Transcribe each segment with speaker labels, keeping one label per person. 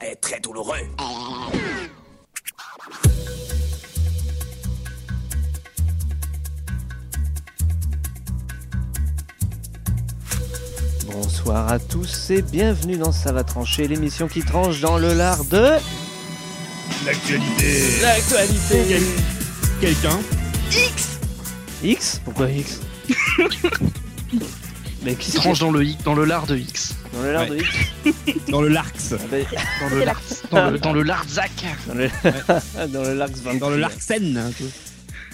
Speaker 1: est très douloureux.
Speaker 2: Bonsoir à tous et bienvenue dans Ça va trancher, l'émission qui tranche dans le lard de
Speaker 3: L'actualité.
Speaker 2: l'actualité.
Speaker 3: Quelqu'un
Speaker 2: X Pourquoi X Mais qui
Speaker 4: qui tranche dans le, dans le lard de X.
Speaker 2: dans le lard de X
Speaker 3: dans le Larx.
Speaker 2: Ah ben,
Speaker 4: Dans le lard, dans le, dans le larzac.
Speaker 2: Dans le, ah, dans le lard 20.
Speaker 3: Dans le Larxen. hein, tout.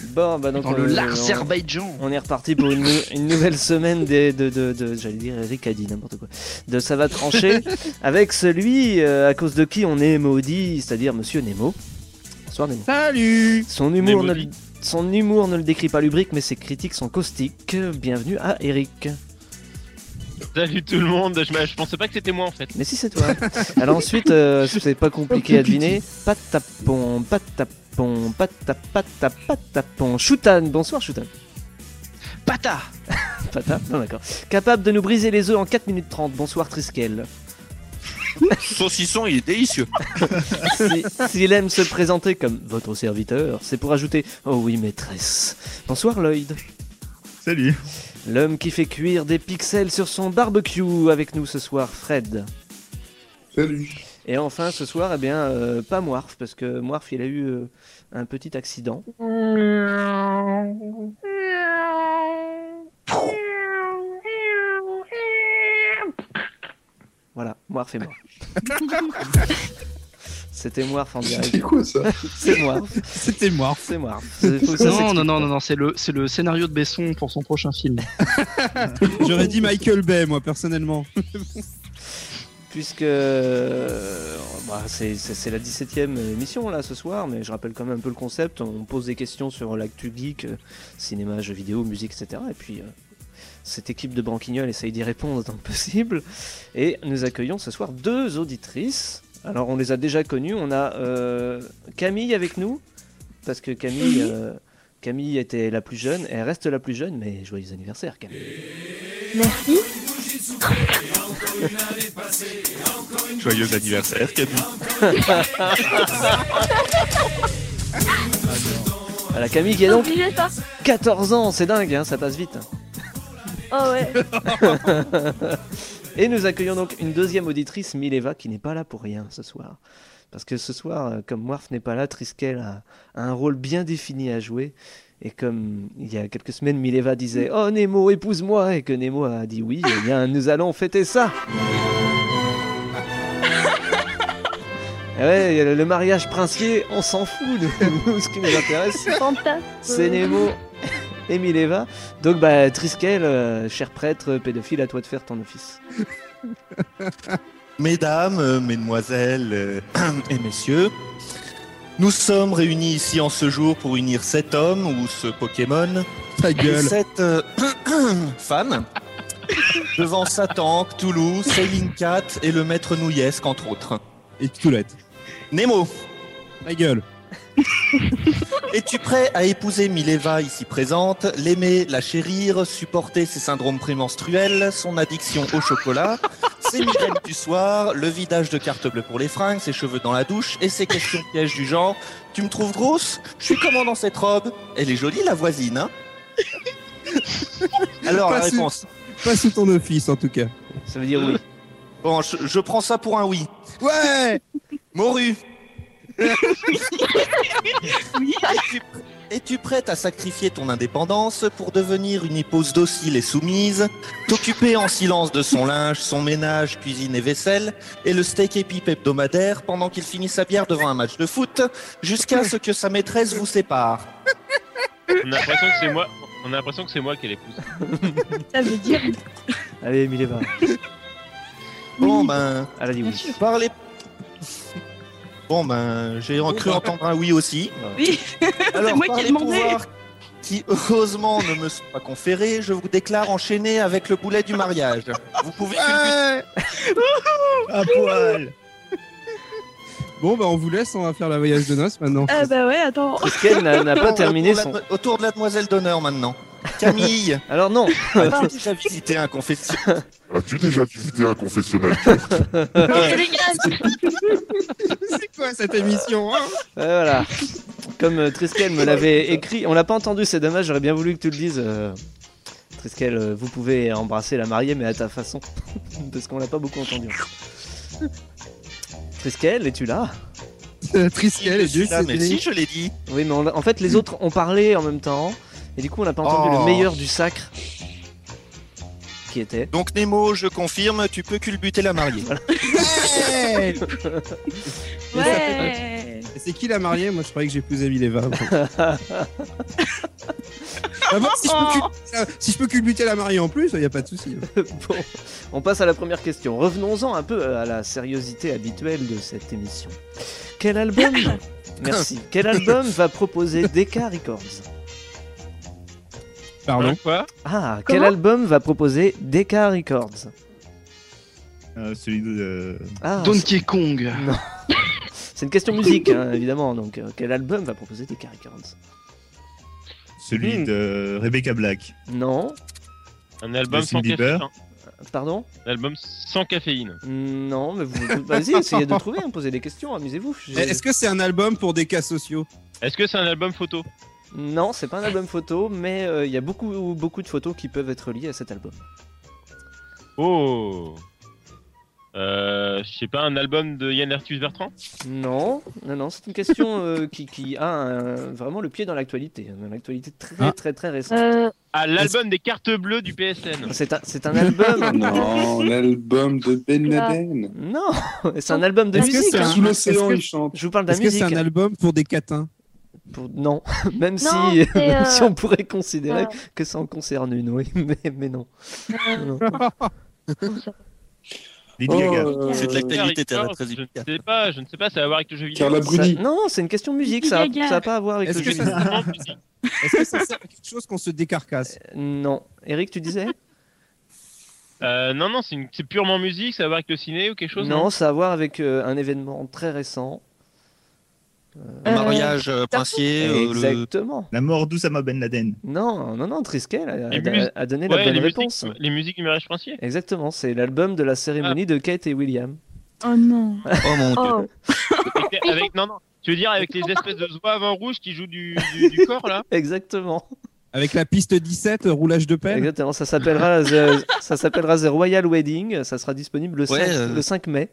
Speaker 2: Bon, bah donc
Speaker 4: Dans
Speaker 2: on-
Speaker 4: le
Speaker 2: on,
Speaker 4: l'Azerbaïdjan.
Speaker 2: on est reparti pour une, nou- une nouvelle semaine des- de, de, de- j'allais dire Eric a dit n'importe quoi, de ça va trancher avec celui euh, à cause de qui on est maudit, c'est-à-dire Monsieur Nemo. Bonsoir Nemo.
Speaker 3: Salut
Speaker 2: Son humour, ne,
Speaker 3: Némodique.
Speaker 2: son humour ne le décrit pas lubrique, mais ses critiques sont caustiques. Bienvenue à Eric.
Speaker 5: Salut tout le monde, je, je pensais pas que c'était moi en fait.
Speaker 2: Mais si c'est toi. Alors ensuite, euh, c'est pas compliqué à deviner. Patapon, patapon, patapata, patapon. Shoutan, bonsoir Shoutan.
Speaker 4: Pata
Speaker 2: Pata, non d'accord. Capable de nous briser les œufs en 4 minutes 30. Bonsoir Triskel.
Speaker 6: Saucisson, il est délicieux.
Speaker 2: Si- S'il aime se présenter comme votre serviteur, c'est pour ajouter Oh oui maîtresse. Bonsoir Lloyd.
Speaker 3: Salut
Speaker 2: L'homme qui fait cuire des pixels sur son barbecue avec nous ce soir, Fred.
Speaker 7: Salut.
Speaker 2: Et enfin ce soir, eh bien, euh, pas Moirf, parce que Moirf il a eu euh, un petit accident. Voilà, Moirf est mort. C'était Moirf en direct.
Speaker 7: C'est quoi ça
Speaker 2: C'est Moirf,
Speaker 3: C'était moi.
Speaker 2: c'est Moirf. C'est- faut que ça
Speaker 4: Non,
Speaker 2: s'explique.
Speaker 4: non, non, non, non, c'est le, c'est le scénario de Besson pour son prochain film.
Speaker 3: J'aurais dit Michael Bay, moi, personnellement.
Speaker 2: Puisque euh, bah, c'est c'est- c'est la 17ème émission là ce soir, mais je rappelle quand même un peu le concept. On pose des questions sur l'actu geek, euh, cinéma, jeux vidéo, musique, etc. Et puis euh, cette équipe de branquignoles essaye d'y répondre tant que possible. Et nous accueillons ce soir deux auditrices. Alors on les a déjà connues. On a euh, Camille avec nous, parce que Camille, euh, Camille était la plus jeune, et elle reste la plus jeune, mais joyeux anniversaire Camille.
Speaker 8: Merci.
Speaker 6: Joyeux anniversaire, Camille.
Speaker 2: Voilà Camille qui est donc
Speaker 8: Obligé ça
Speaker 2: 14 ans, c'est dingue, hein, ça passe vite.
Speaker 8: Oh ouais.
Speaker 2: Et nous accueillons donc une deuxième auditrice, Mileva, qui n'est pas là pour rien ce soir. Parce que ce soir, euh, comme Warf n'est pas là, Triskel a, a un rôle bien défini à jouer. Et comme il y a quelques semaines, Mileva disait Oh Nemo, épouse-moi Et que Nemo a dit oui, eh bien nous allons fêter ça Eh Ouais, il y a le- le mariage princier, on s'en fout, nous, Nous, ce qui nous intéresse,
Speaker 8: Fantasme.
Speaker 2: c'est Nemo et Mileva. Donc, bah, Triskel, euh, cher prêtre euh, pédophile, à toi de faire ton office.
Speaker 6: Mesdames, euh, mesdemoiselles euh, et messieurs, nous sommes réunis ici en ce jour pour unir cet homme ou ce Pokémon
Speaker 3: Ta
Speaker 6: et
Speaker 3: gueule.
Speaker 6: cette euh, femme devant Satank, Toulouse, Céline Cat et le maître Nouillesque, entre autres.
Speaker 3: Et Toulette.
Speaker 6: Nemo,
Speaker 3: Ta gueule.
Speaker 6: es-tu prêt à épouser Mileva ici présente, l'aimer, la chérir, supporter ses syndromes prémenstruels, son addiction au chocolat, ses migraines du soir, le vidage de carte bleue pour les fringues, ses cheveux dans la douche et ses questions pièges du genre Tu me trouves grosse Je suis comment dans cette robe Elle est jolie la voisine, hein Alors la
Speaker 3: Pas sûr.
Speaker 6: réponse
Speaker 3: Pas sous ton office, en tout cas.
Speaker 2: Ça veut dire oui.
Speaker 6: Bon, je, je prends ça pour un oui.
Speaker 3: Ouais
Speaker 6: Morue Es-tu pr- Es-tu prête à sacrifier ton indépendance pour devenir une épouse docile et soumise, t'occuper en silence de son linge, son ménage, cuisine et vaisselle, et le steak et pipe hebdomadaire pendant qu'il finit sa bière devant un match de foot, jusqu'à ce que sa maîtresse vous sépare
Speaker 5: On a l'impression que c'est moi, on a l'impression que c'est moi qui l'épouse.
Speaker 8: Ça veut dire.
Speaker 2: Allez, Mileva,
Speaker 6: Bon ben,
Speaker 2: elle a dit
Speaker 8: Bien
Speaker 2: oui.
Speaker 8: sûr.
Speaker 6: parlez... Bon ben, j'ai cru entendre un oui aussi. Euh,
Speaker 8: Oui.
Speaker 6: Alors,
Speaker 8: moi
Speaker 6: par
Speaker 8: qui ai
Speaker 6: les
Speaker 8: demandé.
Speaker 6: pouvoirs qui heureusement ne me sont pas conférés, je vous déclare enchaîné avec le boulet du mariage. Vous pouvez culbuter.
Speaker 3: Ouais À poil Bon, bah, on vous laisse, on va faire la voyage de noces maintenant.
Speaker 8: Ah bah ouais, attends.
Speaker 2: Triskel n'a n'a pas
Speaker 6: Bon,
Speaker 2: terminé
Speaker 6: autour de
Speaker 2: son.
Speaker 6: la- Autour de la demoiselle d'honneur maintenant. Camille,
Speaker 2: Alors non, euh,
Speaker 6: as-tu déjà visité un confession
Speaker 7: As-tu déjà visité un confessionnal
Speaker 3: C'est quoi cette émission hein
Speaker 2: Ouais, voilà. Comme euh, Triskel me l'avait écrit, on l'a pas entendu, c'est dommage, j'aurais bien voulu que tu le dises. euh, Triskel, euh, vous pouvez embrasser la mariée, mais à ta façon. Parce qu'on l'a pas beaucoup entendu. Triskel, es-tu là
Speaker 3: Euh, Triskel et
Speaker 6: Je
Speaker 3: Dieu,
Speaker 6: suis là,
Speaker 3: c'est
Speaker 6: mais si, je l'ai dit.
Speaker 2: Oui, mais on l'a- en fait, les autres ont parlé en même temps. Et du coup, on n'a pas entendu
Speaker 6: Oh.
Speaker 2: le meilleur du sacre. Qui était
Speaker 6: Donc Nemo, je confirme, tu peux culbuter la mariée.
Speaker 3: Hey
Speaker 8: Ouais.
Speaker 3: C'est qui la mariée Moi, je croyais que j'épousais Mileva. Ah bon, Bah, si, je peux culbuter la- si je peux culbuter la mariée en plus, il n'y a pas de souci.
Speaker 2: Bon, on passe à la première question. Revenons-en un peu euh, à la sériosité habituelle de cette émission. Quel album Merci. Quel album va proposer Decca Records
Speaker 3: Pardon.
Speaker 5: Hein, quoi
Speaker 2: Ah,
Speaker 8: Comment
Speaker 2: quel album va proposer Decca Records
Speaker 1: Euh, celui de. euh,
Speaker 2: Ah, c'est-
Speaker 4: Donkey Kong.
Speaker 2: c'est une question musique, hein, évidemment. Donc, euh, quel album va proposer Decca Records
Speaker 1: celui
Speaker 2: Hmm.
Speaker 1: de Rebecca Black.
Speaker 2: Non,
Speaker 5: Un album
Speaker 1: Justin
Speaker 5: sans
Speaker 1: Bieber.
Speaker 5: caféine. hein.
Speaker 2: pardon
Speaker 5: Un album sans caféine.
Speaker 2: Non, mais vous. Vas-y, essayez de trouver, hein, posez des questions, amusez-vous. J'ai-
Speaker 3: Eh, Est-ce que c'est un album pour des cas sociaux
Speaker 5: Est-ce que c'est un album photo
Speaker 2: Non, c'est pas un album photo, mais euh, il y a beaucoup, beaucoup de photos qui peuvent être liées à cet album.
Speaker 5: Oh euh, Je sais pas, un album de Yann Arthus Bertrand
Speaker 2: Non, non, non, c'est une question euh, qui, qui a un- vraiment le pied dans l'actualité, dans l'actualité très,
Speaker 3: Ah.
Speaker 2: très, très récente.
Speaker 8: Euh,
Speaker 5: Ah, l'album des cartes bleues du
Speaker 9: Euh.
Speaker 5: PSN.
Speaker 2: C'est un, c'est un album.
Speaker 7: Non, l'album de Ben
Speaker 8: bah,
Speaker 7: Laden.
Speaker 2: non, c'est un album de
Speaker 8: Est-ce que
Speaker 2: musique.
Speaker 3: c'est
Speaker 2: hein.
Speaker 7: Sous l'océan,
Speaker 3: Est-ce que-
Speaker 7: il chante.
Speaker 2: Je vous parle de la
Speaker 3: Est-ce que c'est
Speaker 2: musique.
Speaker 3: un album pour des catins
Speaker 2: Pour- Non, même
Speaker 8: Non,
Speaker 2: si,
Speaker 8: c'est,
Speaker 2: même
Speaker 8: euh,
Speaker 2: si on pourrait considérer
Speaker 8: euh,
Speaker 2: que ça en concerne une, oui, mais, mais non. Non.
Speaker 1: Lady
Speaker 7: Oh,
Speaker 1: Gaga.
Speaker 7: euh,
Speaker 6: C'est de l'actualité
Speaker 5: Carrie Ford,
Speaker 6: très
Speaker 5: Je ne
Speaker 6: efficace.
Speaker 5: sais pas, je ne sais pas, ça a à voir avec le jeu vidéo.
Speaker 7: Carla
Speaker 2: Ça-
Speaker 7: Bruni.
Speaker 2: non, c'est une question musique, ça
Speaker 8: Lady
Speaker 2: n'a
Speaker 8: Gaga.
Speaker 2: pas à voir avec
Speaker 3: Euh, Est-ce
Speaker 2: le
Speaker 3: que
Speaker 2: jeu
Speaker 3: ça-
Speaker 2: vidéo.
Speaker 5: Justement, musique.
Speaker 3: Est-ce que ça sert à quelque chose qu'on se décarcasse
Speaker 2: Non. Eric, tu disais
Speaker 5: Euh, non, non, c'est une- c'est purement musique, ça a à voir avec le ciné ou quelque chose
Speaker 2: Non, ça a à voir avec euh, un événement très récent.
Speaker 6: Le mariage euh, princier, euh, le-
Speaker 2: Exactement.
Speaker 1: La mort d'Oussama Ben Laden.
Speaker 2: Non, non, non, Triskel a,
Speaker 5: Les
Speaker 2: a-
Speaker 5: mus-
Speaker 2: a donné
Speaker 5: Ouais,
Speaker 2: la bonne
Speaker 5: les,
Speaker 2: réponse.
Speaker 5: musiques, les musiques du mariage princier.
Speaker 2: Exactement, c'est l'album de la cérémonie
Speaker 6: Ah.
Speaker 2: de Kate et William.
Speaker 8: Oh non.
Speaker 6: Oh mon dieu.
Speaker 8: Oh.
Speaker 5: Avec- avec, non, non, tu veux dire avec les espèces de zouaves en rouge qui jouent du, du- du corps là
Speaker 2: Exactement.
Speaker 3: Avec la piste 17, euh, roulage de pelle
Speaker 2: Exactement, ça s'appellera The, ça s'appellera The Royal Wedding, ça sera disponible le,
Speaker 6: Ouais,
Speaker 2: 5,
Speaker 6: euh.
Speaker 2: le 5 mai.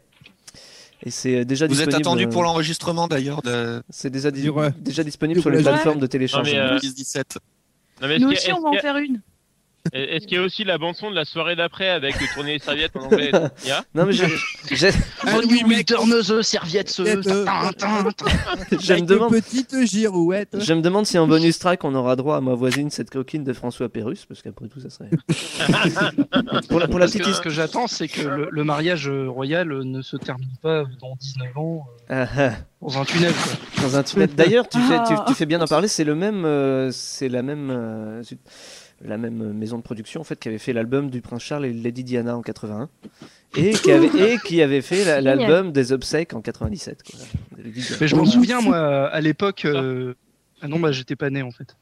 Speaker 2: Et c'est euh, déjà
Speaker 6: Vous êtes
Speaker 2: disponible
Speaker 6: attendu
Speaker 2: euh,
Speaker 6: pour l'enregistrement d'ailleurs de
Speaker 2: C'est déjà, di-
Speaker 3: Du re-
Speaker 2: déjà disponible
Speaker 3: du
Speaker 2: sur les
Speaker 3: roulage.
Speaker 2: plateformes de
Speaker 5: Non, mais,
Speaker 2: téléchargement.
Speaker 5: euh,
Speaker 6: 17.
Speaker 5: Non, mais est-ce
Speaker 8: Nous
Speaker 5: qu'il y a-
Speaker 8: aussi, on
Speaker 5: est-ce
Speaker 8: va
Speaker 5: qu'il y
Speaker 8: en
Speaker 5: a-
Speaker 8: faire une.
Speaker 5: Est-ce qu'il y a aussi la bande son de la soirée d'après avec le tourner les serviettes en anglais Il y a
Speaker 2: Non mais je- j'ai-
Speaker 3: Ah oui,
Speaker 4: Bonne
Speaker 3: mec.
Speaker 4: turneuse, serviette,
Speaker 3: Serviette, euh,
Speaker 2: je me
Speaker 3: Avec de
Speaker 2: demande
Speaker 3: petites girouettes.
Speaker 2: Je me demande si en bonus track on aura droit à ma voisine, cette coquine de François Pérus, parce qu'après tout ça serait. pour, la, pour la petite
Speaker 4: ce que j'attends, c'est que le, le mariage euh, royal euh, ne se termine pas dans 19 ans euh,
Speaker 2: Ah, ah,
Speaker 4: dans un tunnel. quoi.
Speaker 2: dans un tunnel. D'ailleurs, tu fais, tu,
Speaker 8: Ah.
Speaker 2: tu fais bien d'en parler. C'est le même, euh, c'est la même, euh, zut, la même maison de production en fait qui avait fait l'album du Prince Charles et Lady Diana en 81 et qui avait, et qui avait fait la-
Speaker 8: Génial.
Speaker 2: l'album des obsèques en 97. quoi. Lady
Speaker 4: Mais
Speaker 2: Diana.
Speaker 4: je m'en souviens, moi, à l'époque. euh, Ah non, bah j'étais pas né en fait.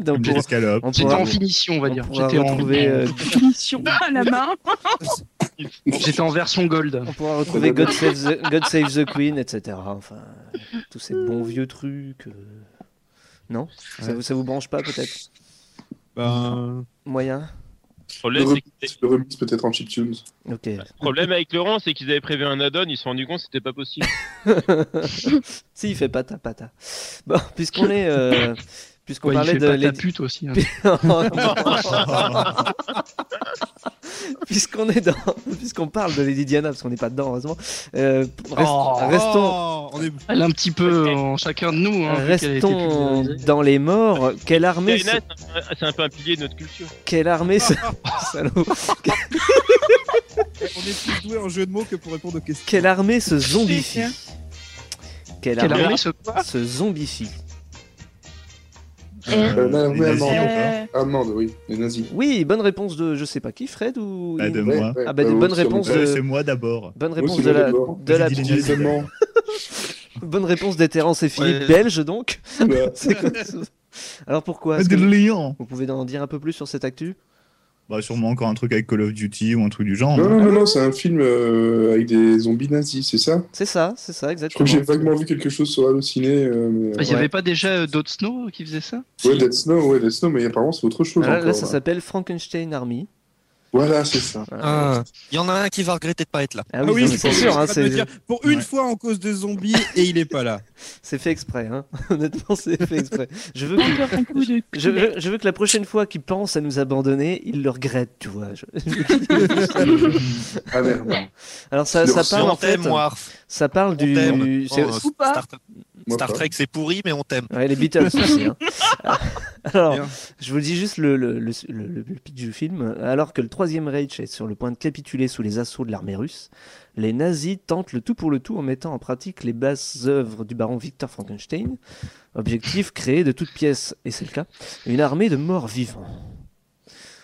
Speaker 2: Donc,
Speaker 1: J'ai
Speaker 2: pour-
Speaker 1: l'escalope.
Speaker 2: on
Speaker 4: J'étais
Speaker 2: pourra,
Speaker 4: en finition, on va
Speaker 2: on
Speaker 4: dire.
Speaker 2: pourra
Speaker 4: J'étais en,
Speaker 2: retrouver, euh,
Speaker 8: Finition à la main.
Speaker 4: j'étais en version gold.
Speaker 2: on pourra retrouver God Save, the, God Save the Queen, etc. Enfin, tous ces bons vieux trucs. euh. Non ça,
Speaker 3: Ouais.
Speaker 2: vous, ça vous branche pas peut-être
Speaker 3: Ben,
Speaker 2: Moyen
Speaker 5: Le
Speaker 7: Le
Speaker 5: problème, c'est que-
Speaker 7: remix, le remix peut-être en chiptunes.
Speaker 2: Ok.
Speaker 5: le problème avec Laurent, c'est qu'ils avaient prévu un add-on, ils se sont rendus compte que c'était pas possible.
Speaker 2: si, il fait pata pata. Bon, puisqu'on est. euh, puisqu'on
Speaker 4: Ouais, il
Speaker 2: parlait
Speaker 4: fait
Speaker 2: de.
Speaker 4: pas ta
Speaker 2: Lady-
Speaker 4: pute aussi. hein.
Speaker 1: Euh,
Speaker 2: puisqu'on est dans. Puisqu'on parle de Lady Diana, parce qu'on n'est pas dedans, heureusement. euh, rest-
Speaker 4: Oh.
Speaker 2: restons.
Speaker 3: Oh, on est-
Speaker 4: Elle est un petit peu en chacun de nous. hein, vu qu'elle a été
Speaker 2: Restons
Speaker 4: pulvérisée.
Speaker 2: dans les morts. Quelle armée,
Speaker 5: Diana, c'est un- c'est un peu un pilier de notre culture.
Speaker 2: quelle armée, ce- Salaud.
Speaker 3: on est plus doués en jeu de mots que pour répondre aux questions.
Speaker 2: Quelle armée se zombifie Quelle
Speaker 4: hein. Quelle
Speaker 2: armée
Speaker 4: armée se quoi
Speaker 2: se zombifie
Speaker 8: Euh,
Speaker 1: Euh,
Speaker 7: non,
Speaker 1: les
Speaker 7: mais
Speaker 1: nazis
Speaker 7: non.
Speaker 1: ou pas
Speaker 8: Euh,
Speaker 7: Allemande, Ah, oui, les nazis.
Speaker 2: Oui, bonne réponse de je sais pas qui, Fred ou
Speaker 1: Bah, de
Speaker 2: Yves
Speaker 1: moi.
Speaker 2: Ah bah, des bonnes réponses
Speaker 1: Euh,
Speaker 2: de-
Speaker 1: C'est moi d'abord.
Speaker 2: Bonne
Speaker 7: Oui,
Speaker 2: réponse
Speaker 7: c'est
Speaker 2: de la,
Speaker 7: d'abord.
Speaker 2: de la-
Speaker 1: J'ai dit
Speaker 7: Les Allemands.
Speaker 2: bonne réponse des Terrence et Philippe
Speaker 6: Ouais.
Speaker 2: belge donc.
Speaker 7: Bah,
Speaker 2: C'est quoi ce- Alors pourquoi Est-ce que
Speaker 1: Des
Speaker 2: vous,
Speaker 1: lions
Speaker 2: vous pouvez en dire un peu plus sur cette actu
Speaker 1: Bah, sûrement encore un truc avec Call of Duty ou un truc du genre.
Speaker 7: Non,
Speaker 1: hein.
Speaker 7: non, non, non, c'est un film euh, avec des zombies nazis, c'est ça
Speaker 2: C'est ça, c'est ça,
Speaker 7: Je crois
Speaker 2: exactement.
Speaker 7: que j'ai vaguement vu quelque chose sur Allociné. Euh, mais,
Speaker 4: Il
Speaker 7: euh,
Speaker 4: n'y avait pas déjà euh, Dot Snow qui faisait ça
Speaker 7: Ouais, Dead Snow, ouais, Dead Snow, mais apparemment c'est autre chose.
Speaker 2: Ah, là,
Speaker 7: encore,
Speaker 2: là, ça
Speaker 7: ouais.
Speaker 2: s'appelle Frankenstein Army.
Speaker 7: Voilà, c'est ça.
Speaker 2: Ah,
Speaker 6: Il y en a un qui va regretter de pas être là.
Speaker 2: ah oui, non, mais c'est sûr,
Speaker 3: je suis en
Speaker 2: hein,
Speaker 3: train de me
Speaker 2: c'est
Speaker 3: dire, pour une
Speaker 1: Ouais.
Speaker 3: fois en cause de zombies et il est pas là.
Speaker 2: c'est fait exprès. hein. Honnêtement, c'est fait exprès. Je veux que
Speaker 8: Encore un coup de
Speaker 2: Je, je- je veux que la prochaine fois qu'ils pensent à nous abandonner, ils le regrettent, tu vois. Je- je-
Speaker 7: Ah merde.
Speaker 2: Alors ça,
Speaker 7: Leur
Speaker 2: ça
Speaker 6: Mais
Speaker 2: parle
Speaker 6: on
Speaker 2: en fait,
Speaker 6: t'aime, Warf.
Speaker 2: ça parle du,
Speaker 6: t'aime.
Speaker 2: c'est-
Speaker 6: Oh,
Speaker 8: Ou pas.
Speaker 6: Star,
Speaker 7: Moi,
Speaker 6: Star
Speaker 7: pas.
Speaker 6: Trek, c'est pourri, mais on t'aime.
Speaker 2: ouais, les Beatles aussi. hein. Alors,
Speaker 3: Bien.
Speaker 2: je vous dis juste le, le, le, le- le pitch du film. Alors que le troisième Reich est sur le point de capituler sous les assauts de l'armée russe, les nazis tentent le tout pour le tout en mettant en pratique les basses œuvres du baron Victor Frankenstein. Objectif créer de toutes pièces, et c'est le cas, une armée de morts vivants.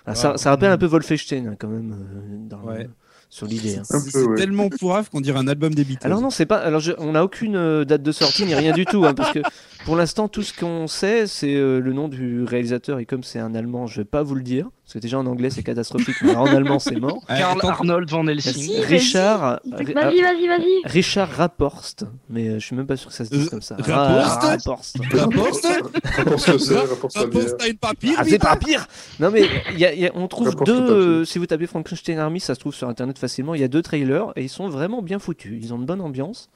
Speaker 2: Ah, ça,
Speaker 3: Wow.
Speaker 2: ça rappelle un peu Wolfenstein hein, quand même euh, dans le-
Speaker 3: Ouais.
Speaker 2: sur l'idée. hein.
Speaker 7: Un
Speaker 3: C'est
Speaker 7: peu, ouais.
Speaker 3: tellement pourrave qu'on dirait un album des Beatles.
Speaker 2: Alors non, c'est pas. Alors je- on n'a aucune euh, date de sortie ni rien du tout, hein, parce que pour l'instant tout ce qu'on sait, c'est euh, le nom du réalisateur et comme c'est un Allemand, je vais pas vous le dire, parce que déjà en anglais c'est catastrophique, mais en allemand c'est mort.
Speaker 3: Ouais,
Speaker 4: Karl
Speaker 3: tant-
Speaker 4: Arnold Van Helsing.
Speaker 10: Si, vas-y.
Speaker 2: Richard, Ri- ah,
Speaker 10: Vas-y, vas-y, vas-y.
Speaker 2: Richard Rapporst, mais euh, je suis même pas sûr que ça se dise
Speaker 3: Euh,
Speaker 2: comme ça.
Speaker 3: Rapporst
Speaker 2: Ra- Rapporst.
Speaker 3: Rapporte
Speaker 7: Rapporte le sel, rapporte la
Speaker 3: Un
Speaker 7: bière.
Speaker 3: poste à une papille,
Speaker 2: Ah, c'est pas pire Non mais il y a- il y a- on trouve
Speaker 7: Rapporte
Speaker 2: deux...
Speaker 7: le papier.
Speaker 2: euh, si vous tapez Frankenstein Army, ça se trouve sur Internet facilement. Il y a deux trailers et ils sont vraiment bien foutus. Ils ont une bonne ambiance.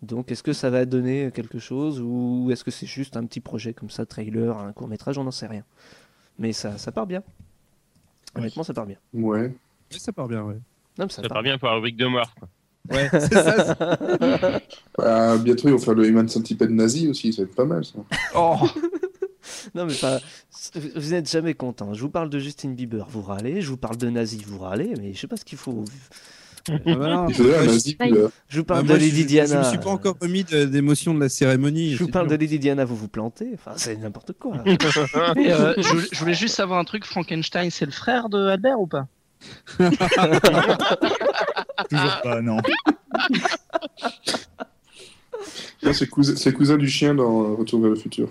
Speaker 2: Donc est-ce que ça va donner quelque chose ou est-ce que c'est juste un petit projet comme ça, trailer, un court métrage, on n'en sait rien. Mais ça, ça part bien. Honnêtement, ça part bien.
Speaker 7: Ouais.
Speaker 3: Ouais, Ça part bien, ouais.
Speaker 2: Non, mais ça,
Speaker 5: Ça
Speaker 2: part.
Speaker 5: part bien pour la rubrique de mort.
Speaker 3: Ouais, c'est ça. c'est-
Speaker 7: Bah, bientôt, ils vont faire le Human Centipede nazi aussi, ça va être pas mal, ça.
Speaker 4: Oh,
Speaker 2: Non mais pas... Vous n'êtes jamais content. Je vous parle de Justin Bieber, vous râlez. Je vous parle de Nazi, vous râlez. Mais je sais pas ce qu'il faut.
Speaker 3: Ah, bah non.
Speaker 7: Il faudrait un
Speaker 3: Moi, je-
Speaker 7: nazi euh, couleur.
Speaker 2: Je vous
Speaker 3: bah,
Speaker 2: parle
Speaker 3: moi,
Speaker 2: de
Speaker 3: je-
Speaker 2: Lady
Speaker 3: je-
Speaker 2: Diana.
Speaker 3: Je me suis pas encore remis de- d'émotion de la cérémonie.
Speaker 2: Je vous
Speaker 3: c'est
Speaker 2: parle de
Speaker 3: dur.
Speaker 2: Lady Diana, vous vous plantez. Enfin, c'est n'importe quoi.
Speaker 4: Et, euh, je, voulais- je voulais juste savoir un truc, Frankenstein, c'est le frère de Albert ou pas
Speaker 2: Ah.
Speaker 1: Toujours pas, non.
Speaker 7: Non, C'est cousin, c'est cousin du chien dans Retour vers le futur.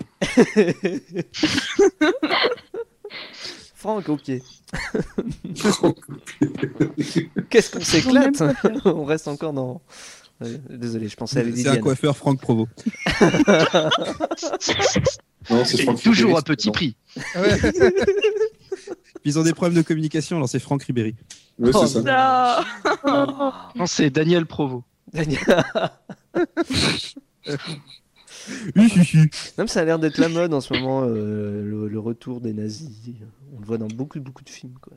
Speaker 2: Franck, au pied. Qu'est-ce qu'on s'éclate On reste encore dans. Euh, Désolé, je pensais à Lady
Speaker 3: C'est un
Speaker 2: Diana.
Speaker 3: coiffeur Franck Provo.
Speaker 7: Non, c'est
Speaker 4: Et
Speaker 7: Franck
Speaker 4: Toujours
Speaker 7: Ribéry,
Speaker 4: à petit
Speaker 7: non.
Speaker 4: prix.
Speaker 3: Ah Ils ont des problèmes de communication, alors c'est Franck Ribéry.
Speaker 7: Ouais,
Speaker 2: Oh,
Speaker 7: c'est ça.
Speaker 8: ça. Oh,
Speaker 4: Non, c'est Daniel Provo.
Speaker 2: Daniel-
Speaker 3: Oui, si, si.
Speaker 2: Non, mais ça a l'air d'être la mode en ce moment, euh, le, le retour des nazis. On le voit dans beaucoup, beaucoup de films. Quoi.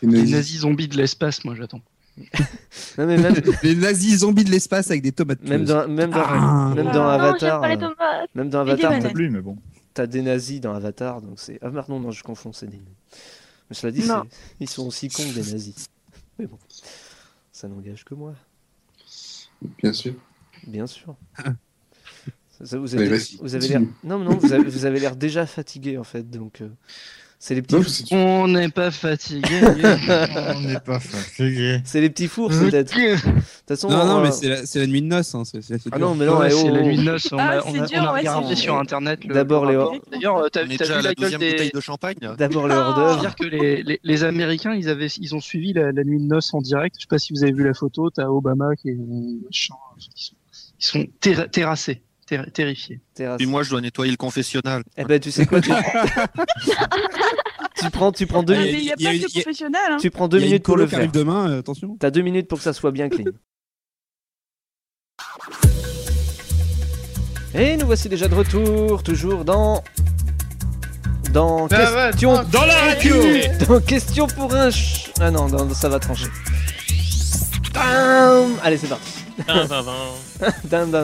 Speaker 7: Les
Speaker 4: Les
Speaker 7: nazis.
Speaker 4: nazis zombies de l'espace, moi j'attends.
Speaker 2: Non, mais même,
Speaker 3: Les nazis zombies de l'espace avec des tomates.
Speaker 2: même
Speaker 3: tueuses.
Speaker 2: dans, même dans,
Speaker 3: Ah.
Speaker 2: même dans
Speaker 10: Ah, non, j'aime
Speaker 2: Avatar.
Speaker 10: pas les
Speaker 2: euh,
Speaker 10: tomates.
Speaker 2: même dans
Speaker 8: Et des
Speaker 2: Avatar,
Speaker 8: bananes.
Speaker 2: t'as-
Speaker 1: Non plus, mais bon.
Speaker 2: t'as des nazis dans Avatar, donc c'est. Ah merde, non, non, je confonds, c'est des. Mais cela dit,
Speaker 10: Non.
Speaker 2: c'est- ils sont aussi cons que des nazis. Mais bon, ça n'engage que moi,
Speaker 7: Bien sûr.
Speaker 2: bien sûr. Ça- ça, vous
Speaker 7: Allez,
Speaker 2: avez,
Speaker 7: vas-y,
Speaker 2: vous avez l'air.
Speaker 7: continue.
Speaker 2: Non, mais non, vous avez, vous avez l'air déjà fatigué en fait, donc. euh, C'est les petits.
Speaker 7: Non, c'est-
Speaker 4: On n'est pas fatigué.
Speaker 1: On n'est pas fatigué.
Speaker 2: C'est les petits fours peut-être. De toute façon,
Speaker 3: Non,
Speaker 2: on-
Speaker 3: non, mais c'est la, c'est la nuit de noces. hein, c'est- c'est- c'est
Speaker 2: euh, Ah
Speaker 3: dur.
Speaker 2: non, mais non,
Speaker 4: Ouais,
Speaker 2: eh,
Speaker 4: c'est
Speaker 2: oh,
Speaker 4: la
Speaker 2: oh.
Speaker 4: nuit de noces. On a,
Speaker 8: Ah,
Speaker 4: on
Speaker 8: c'est
Speaker 4: a-
Speaker 8: dur,
Speaker 4: on a
Speaker 8: ouais,
Speaker 4: regardé
Speaker 8: c'est-
Speaker 4: sur internet. le-
Speaker 2: D'abord,
Speaker 4: le
Speaker 2: les-
Speaker 4: rapport. D'ailleurs, euh, t'as
Speaker 6: On est
Speaker 4: t'as
Speaker 6: déjà
Speaker 4: vu
Speaker 6: à
Speaker 4: la
Speaker 6: la
Speaker 4: gueule
Speaker 6: deuxième
Speaker 4: des.
Speaker 6: bouteille de champagne.
Speaker 2: D'abord les hors
Speaker 3: Ah
Speaker 2: d'œuvre.
Speaker 4: dire que les, les, les Américains, ils avaient, ils ont suivi la, la nuit de noces en direct. Je sais pas si vous avez vu la photo. T'as Obama qui est machin. Ils sont, ils sont terra- terrassés, ter- terrifiés.
Speaker 2: Terrasse.
Speaker 6: Puis moi, je dois nettoyer le confessionnal.
Speaker 2: Eh ben, tu sais quoi, tu, tu prends, tu prends deux,
Speaker 8: Ah, mais
Speaker 2: minutes-
Speaker 8: Il n'y a
Speaker 3: Il y a
Speaker 8: pas
Speaker 3: une-
Speaker 8: que
Speaker 3: il y a-
Speaker 8: professionnel. Hein.
Speaker 2: tu prends
Speaker 3: Il
Speaker 2: deux
Speaker 3: y a une
Speaker 2: minutes pour
Speaker 3: colo
Speaker 2: le
Speaker 3: qui
Speaker 2: faire.
Speaker 3: arrive demain, euh, attention.
Speaker 2: T'as deux minutes pour que ça soit bien clean. Et nous voici déjà de retour, toujours dans. Dans
Speaker 5: Ça
Speaker 9: Bah,
Speaker 5: va,
Speaker 2: question.
Speaker 5: Dans la radio
Speaker 2: dans question pour un ch. Ah non, non, ça va trancher. Bam Allez, c'est parti. Dam, dam, dam.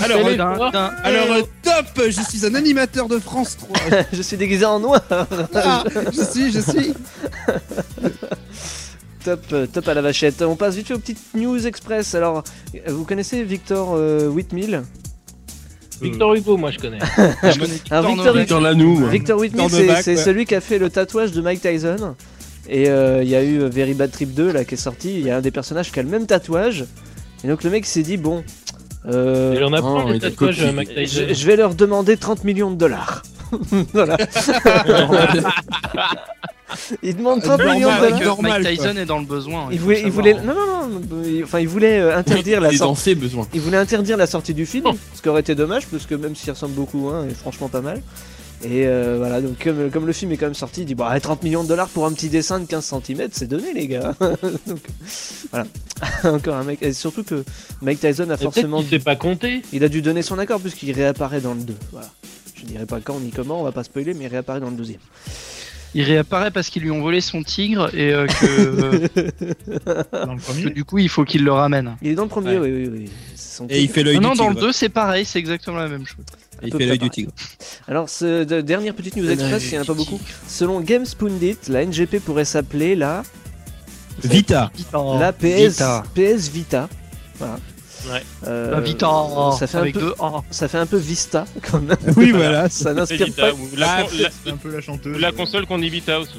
Speaker 3: Alors, euh,
Speaker 4: D'un- d'un-
Speaker 3: alors, euh, top Je suis un animateur de France 3.
Speaker 2: Je suis déguisé en noir.
Speaker 3: Ah, je suis, je suis.
Speaker 2: Top, euh, top à la vachette. On passe vite fait aux petites news express. Alors, euh, vous connaissez Victor euh, Whitmill
Speaker 9: Victor Hugo, moi je connais.
Speaker 2: Alors,
Speaker 4: Victor
Speaker 2: Victor,
Speaker 4: Novak.
Speaker 2: Victor,
Speaker 9: Lanou.
Speaker 2: Whitmill,
Speaker 3: Victor
Speaker 2: c'est
Speaker 3: Novak,
Speaker 2: c'est
Speaker 3: ouais.
Speaker 2: celui qui a fait le tatouage de Mike Tyson. Et euh, il y a eu euh, Very Bad Trip 2 là qui est sorti. Il y a un des personnages qui a le même tatouage. Et donc le mec s'est dit bon, Euh,
Speaker 9: Il en a
Speaker 10: Non,
Speaker 9: plein
Speaker 10: Oh, il
Speaker 9: les
Speaker 10: a
Speaker 9: tatouages,
Speaker 10: copié.
Speaker 9: Mac Tyson.
Speaker 2: je, je vais leur demander 30 millions de dollars. voilà. Ils demandent 30 millions de dollars.
Speaker 4: Mike
Speaker 3: normal,
Speaker 4: Tyson
Speaker 3: quoi.
Speaker 4: est dans le besoin.
Speaker 2: Il
Speaker 4: faut
Speaker 2: voulait, il voulait,
Speaker 4: le savoir, hein.
Speaker 2: non, non, non, euh, il- enfin, il voulait euh, interdire la
Speaker 10: Il est dans
Speaker 2: sortie.
Speaker 10: ses besoins.
Speaker 2: Il voulait interdire la sortie du film, ce qui aurait été dommage, parce que même s'il ressemble beaucoup, hein, il est franchement pas mal. Et euh, voilà, donc comme, comme le film est quand même sorti, il dit bon, allez, 30 millions de dollars pour un petit dessin de 15 cm, c'est donné, les gars. donc voilà, encore un mec. Et surtout que Mike Tyson
Speaker 9: Mais
Speaker 2: a
Speaker 9: Peut-être
Speaker 2: forcément.
Speaker 9: qu'il sait pas compter.
Speaker 2: Il a dû donner son accord, puisqu'il réapparaît dans le 2. Voilà. Je dirais pas quand ni comment, on va pas spoiler, mais il réapparaît dans le 12
Speaker 4: Il réapparaît parce qu'ils lui ont volé son tigre et euh, que, euh,
Speaker 1: Dans le
Speaker 4: que
Speaker 1: premier
Speaker 4: du coup il faut qu'il le ramène.
Speaker 2: Il est dans le premier, oui, oui, oui. C'est son
Speaker 3: Et Ah, il fait l'œil
Speaker 4: Non,
Speaker 3: du
Speaker 4: non,
Speaker 3: tigre.
Speaker 4: dans le 2 c'est pareil, c'est exactement la même chose.
Speaker 3: Il
Speaker 2: peu
Speaker 3: fait l'œil
Speaker 2: près
Speaker 3: du tigre.
Speaker 2: Alors, ce, de- dernière petite news
Speaker 10: Un
Speaker 2: express,
Speaker 10: œil
Speaker 2: il n'y en a
Speaker 10: du
Speaker 2: pas beaucoup. Selon Games Pundit, la NGP pourrait s'appeler la,
Speaker 3: Vita.
Speaker 2: la
Speaker 4: Oh,
Speaker 2: PS Vita. PS Vita. Voilà.
Speaker 9: Ouais.
Speaker 2: Euh,
Speaker 4: La Bah, Vita,
Speaker 2: ça fait, un
Speaker 4: avec
Speaker 2: peu,
Speaker 4: deux A.
Speaker 2: ça fait un peu Vista quand même.
Speaker 3: Oui, voilà. c'est-
Speaker 2: Ça n'inspire
Speaker 5: Vita,
Speaker 2: pas.
Speaker 5: ou la, con- la-
Speaker 1: C'est un peu la chanteuse.
Speaker 5: la console qu'on évita aussi.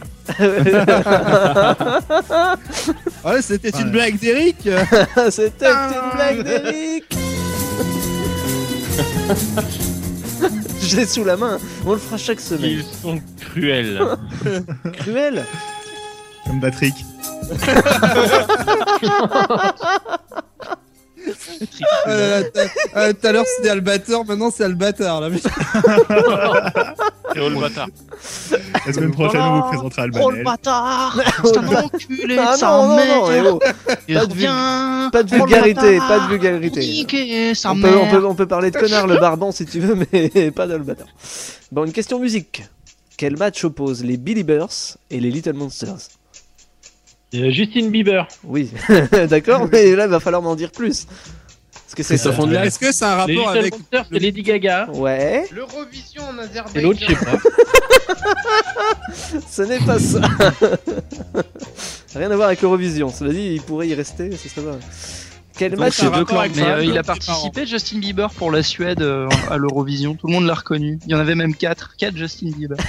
Speaker 3: Ouais, c'était
Speaker 1: Ouais.
Speaker 3: une blague d'Eric.
Speaker 2: C'était une blague d'Eric. Je l'ai sous la main. On le fera chaque semaine.
Speaker 5: Ils sont cruels.
Speaker 2: Cruel.
Speaker 1: Comme Patrick.
Speaker 3: Oh là là, t'as- ah, Tout à l'heure c'était Albator, maintenant c'est Albator. Là. putain.
Speaker 5: C'est all bâtard.
Speaker 1: La semaine prochaine, on vous présentera
Speaker 4: Oh le
Speaker 1: Albanel.
Speaker 4: bâtard C'est un enculé,
Speaker 2: Ah
Speaker 4: c'est
Speaker 2: non,
Speaker 4: un
Speaker 2: non, non, eh
Speaker 4: mec
Speaker 2: oh.
Speaker 4: Il
Speaker 2: pas de
Speaker 4: revient
Speaker 2: Pas de
Speaker 4: Oh le
Speaker 2: vulgarité,
Speaker 4: bâtard
Speaker 2: pas de vulgarité.
Speaker 4: Niqué, sa
Speaker 2: On peut, on,
Speaker 4: mère.
Speaker 2: peut, on peut parler de connard, le barban, si tu veux, mais pas dans le bâtard. Bon, une question musique. Quel match oppose les Billy Burrs et les Little Monsters
Speaker 9: Euh, Justin Bieber.
Speaker 2: Oui, d'accord, mais là, il va falloir m'en dire plus. Parce que c'est
Speaker 10: Christophe
Speaker 2: ça.
Speaker 10: Ondelat.
Speaker 3: Est-ce que c'est un
Speaker 9: Les
Speaker 3: rapport
Speaker 9: Little
Speaker 3: avec
Speaker 9: Monsters, c'est Lady Gaga.
Speaker 2: Ouais,
Speaker 5: L'Eurovision en
Speaker 9: Et l'autre, je sais pas.
Speaker 2: ce n'est pas ça. Rien à voir avec l'Eurovision. Cela dit, il pourrait y rester, ce serait pas mal. Quel
Speaker 3: Donc,
Speaker 2: match
Speaker 3: c'est deux clans.
Speaker 4: Mais euh,
Speaker 3: Ouais,
Speaker 4: il a
Speaker 3: tes
Speaker 4: participé Justin Bieber pour la Suède euh, à l'Eurovision, tout le monde l'a reconnu. Il y en avait même 4, 4 Justin Bieber.
Speaker 3: euh,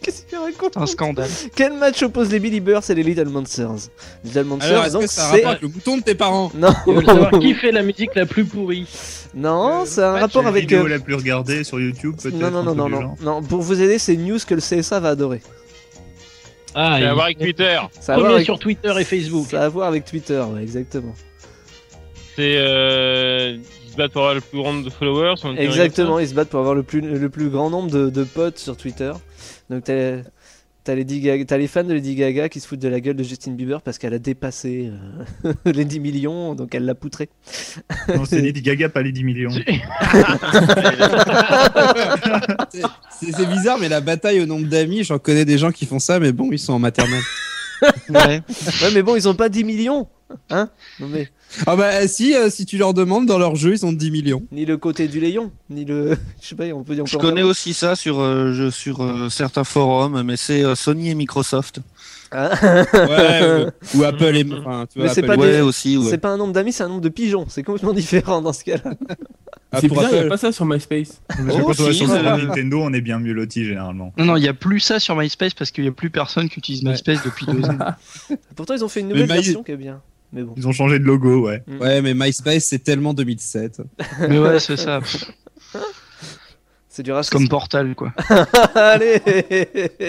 Speaker 2: Qu'est-ce que tu racontes
Speaker 4: C'est un scandale.
Speaker 2: Quel match oppose les Billy Burrs et les Little Monsters Little Monsters,
Speaker 3: Alors, est-ce que
Speaker 2: donc
Speaker 3: c'est un
Speaker 2: c'est.
Speaker 3: rapport avec le bouton de tes parents
Speaker 2: Non,
Speaker 9: Je veux savoir qui fait la musique la plus pourrie.
Speaker 2: non, c'est un rapport
Speaker 1: La
Speaker 2: avec.
Speaker 1: vidéo
Speaker 2: euh,
Speaker 1: la plus regardée sur YouTube, peut-être.
Speaker 2: Non, non,
Speaker 1: un
Speaker 2: non,
Speaker 1: truc
Speaker 2: non,
Speaker 1: du
Speaker 2: non,
Speaker 1: genre.
Speaker 2: non. Pour vous aider, c'est une news que le CSA va adorer.
Speaker 9: Ah,
Speaker 5: Ça
Speaker 9: il
Speaker 5: va voir avec Twitter.
Speaker 2: Ça a à voir
Speaker 9: premier
Speaker 2: avec-
Speaker 9: sur Twitter et Facebook.
Speaker 2: Ça a à voir avec Twitter, ouais, exactement.
Speaker 5: C'est euh, ils se battent pour avoir le plus grand de followers. on dirait
Speaker 2: Exactement, ils se battent pour avoir le plus, le plus grand nombre de, de potes sur Twitter. Donc t'as t'as Lady Gaga- t'as les fans de Lady Gaga qui se foutent de la gueule de Justin Bieber parce qu'elle a dépassé euh, les 10 millions, donc elle l'a poutré.
Speaker 1: Non, c'est Lady Gaga, pas les 10 millions.
Speaker 3: C'est c'est bizarre, mais la bataille au nombre d'amis, j'en connais des gens qui font ça, mais bon, ils sont en maternelle.
Speaker 4: Ouais.
Speaker 2: Ouais, mais bon, ils ont pas 10 millions Hein Non mais,
Speaker 3: Ah bah si, euh, si tu leur demandes dans leur jeu, ils ont 10 millions.
Speaker 2: ni le côté du Léon, ni le. Je sais pas, on peut dire.
Speaker 6: Je connais aussi ça sur, euh, je- sur euh, certains forums, mais c'est euh, Sony et Microsoft.
Speaker 3: Ouais, ou, ou Apple et... Enfin, tu vois,
Speaker 2: Mais c'est
Speaker 3: Apple
Speaker 2: pas
Speaker 3: et-
Speaker 6: ouais,
Speaker 2: des-
Speaker 6: aussi. ouais.
Speaker 2: C'est pas un nombre d'amis, c'est un nombre de pigeons. C'est complètement différent dans ce cas-là.
Speaker 3: Ah,
Speaker 10: C'est
Speaker 3: pour
Speaker 10: bizarre, il n'y a
Speaker 3: Apple.
Speaker 10: pas ça sur MySpace.
Speaker 1: Parce que
Speaker 6: Oh,
Speaker 1: quand on va
Speaker 6: si,
Speaker 1: sur
Speaker 6: ça
Speaker 1: le
Speaker 6: va.
Speaker 1: Nintendo, on est bien mieux loti généralement.
Speaker 4: Non, non, il n'y a plus ça sur MySpace parce qu'il n'y a plus personne qui utilise MySpace depuis deux ans.
Speaker 2: Pourtant, ils ont fait une
Speaker 3: Mais
Speaker 2: nouvelle
Speaker 3: Maï-
Speaker 2: version qui est bien. Mais bon.
Speaker 1: Ils ont changé de logo, ouais.
Speaker 3: Ouais, mais MySpace, c'est tellement 2007.
Speaker 4: Mais ouais, c'est ça.
Speaker 2: C'est du racisme.
Speaker 4: Comme Portal, quoi.
Speaker 2: Allez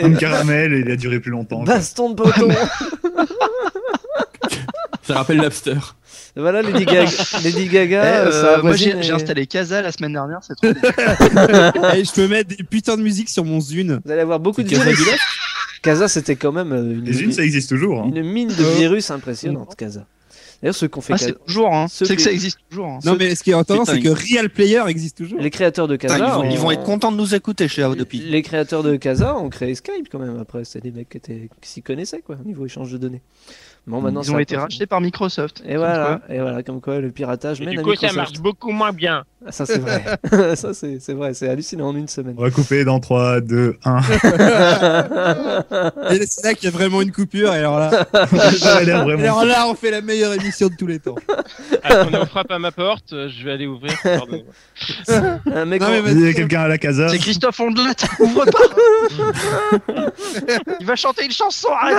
Speaker 1: Comme
Speaker 3: bah,
Speaker 1: caramel, et il a duré plus longtemps. quoi.
Speaker 2: Baston de poteau
Speaker 10: Ça rappelle Napster.
Speaker 2: Voilà Lady Gaga. Lady Gaga,
Speaker 4: Eh,
Speaker 2: euh,
Speaker 4: euh,
Speaker 2: ça
Speaker 4: moi,
Speaker 2: avoisine
Speaker 4: j'ai
Speaker 2: les-
Speaker 4: j'ai installé Casa la semaine dernière, c'est trop bien.
Speaker 3: Et Eh, je peux mettre des putains de musique sur mon Zune.
Speaker 2: Vous allez avoir beaucoup
Speaker 10: C'est
Speaker 2: de
Speaker 10: Casa
Speaker 2: virus. Casa, c'était quand même euh, une,
Speaker 1: Les unes, ça existe toujours. hein.
Speaker 2: une mine de
Speaker 3: Euh.
Speaker 2: virus impressionnante, Casa. D'ailleurs, ceux qu'on fait
Speaker 4: Ah,
Speaker 2: Casa-
Speaker 4: c'est toujours, hein.
Speaker 2: Ceux
Speaker 4: C'est que
Speaker 2: qui-
Speaker 4: ça existe toujours. hein.
Speaker 3: Non, mais ce qui est étonnant,
Speaker 6: Putain,
Speaker 3: c'est que Real Player existe toujours.
Speaker 2: les créateurs de Casa,
Speaker 6: Putain, ils, vont, ils
Speaker 2: ont-
Speaker 6: vont être contents de nous écouter chez
Speaker 2: Euh,
Speaker 6: Audopi.
Speaker 2: Les créateurs de Casa ont créé Skype quand même. Après, c'est des mecs qui étaient- qui s'y connaissaient quoi, au niveau échange de données. Bon, maintenant,
Speaker 4: Ils
Speaker 2: ça
Speaker 4: ont
Speaker 2: a
Speaker 4: été
Speaker 2: bah pas-
Speaker 4: rachetés par Microsoft.
Speaker 2: Et voilà, et voilà, comme quoi le piratage
Speaker 5: Et
Speaker 2: mène
Speaker 5: du
Speaker 2: à
Speaker 5: coup, ça
Speaker 2: Microsoft.
Speaker 5: marche beaucoup moins bien.
Speaker 2: Ah, ça c'est vrai. ça c'est c'est vrai, c'est hallucinant en une semaine.
Speaker 1: On va couper dans 3, 2, 1.
Speaker 3: Et c'est là qu'il y a vraiment une coupure. Et alors là,
Speaker 1: Ça a l'air
Speaker 3: et
Speaker 1: vraiment.
Speaker 3: alors là, on fait la meilleure émission de tous les temps.
Speaker 5: Attendez, on frappe à ma porte. euh, Je vais aller ouvrir. pardon.
Speaker 2: Un mec
Speaker 3: Non,
Speaker 2: en-
Speaker 3: mais
Speaker 1: Il y a quelqu'un à la casa.
Speaker 4: C'est Christophe Ondelat, ouvre pas Il va chanter une chanson, arrête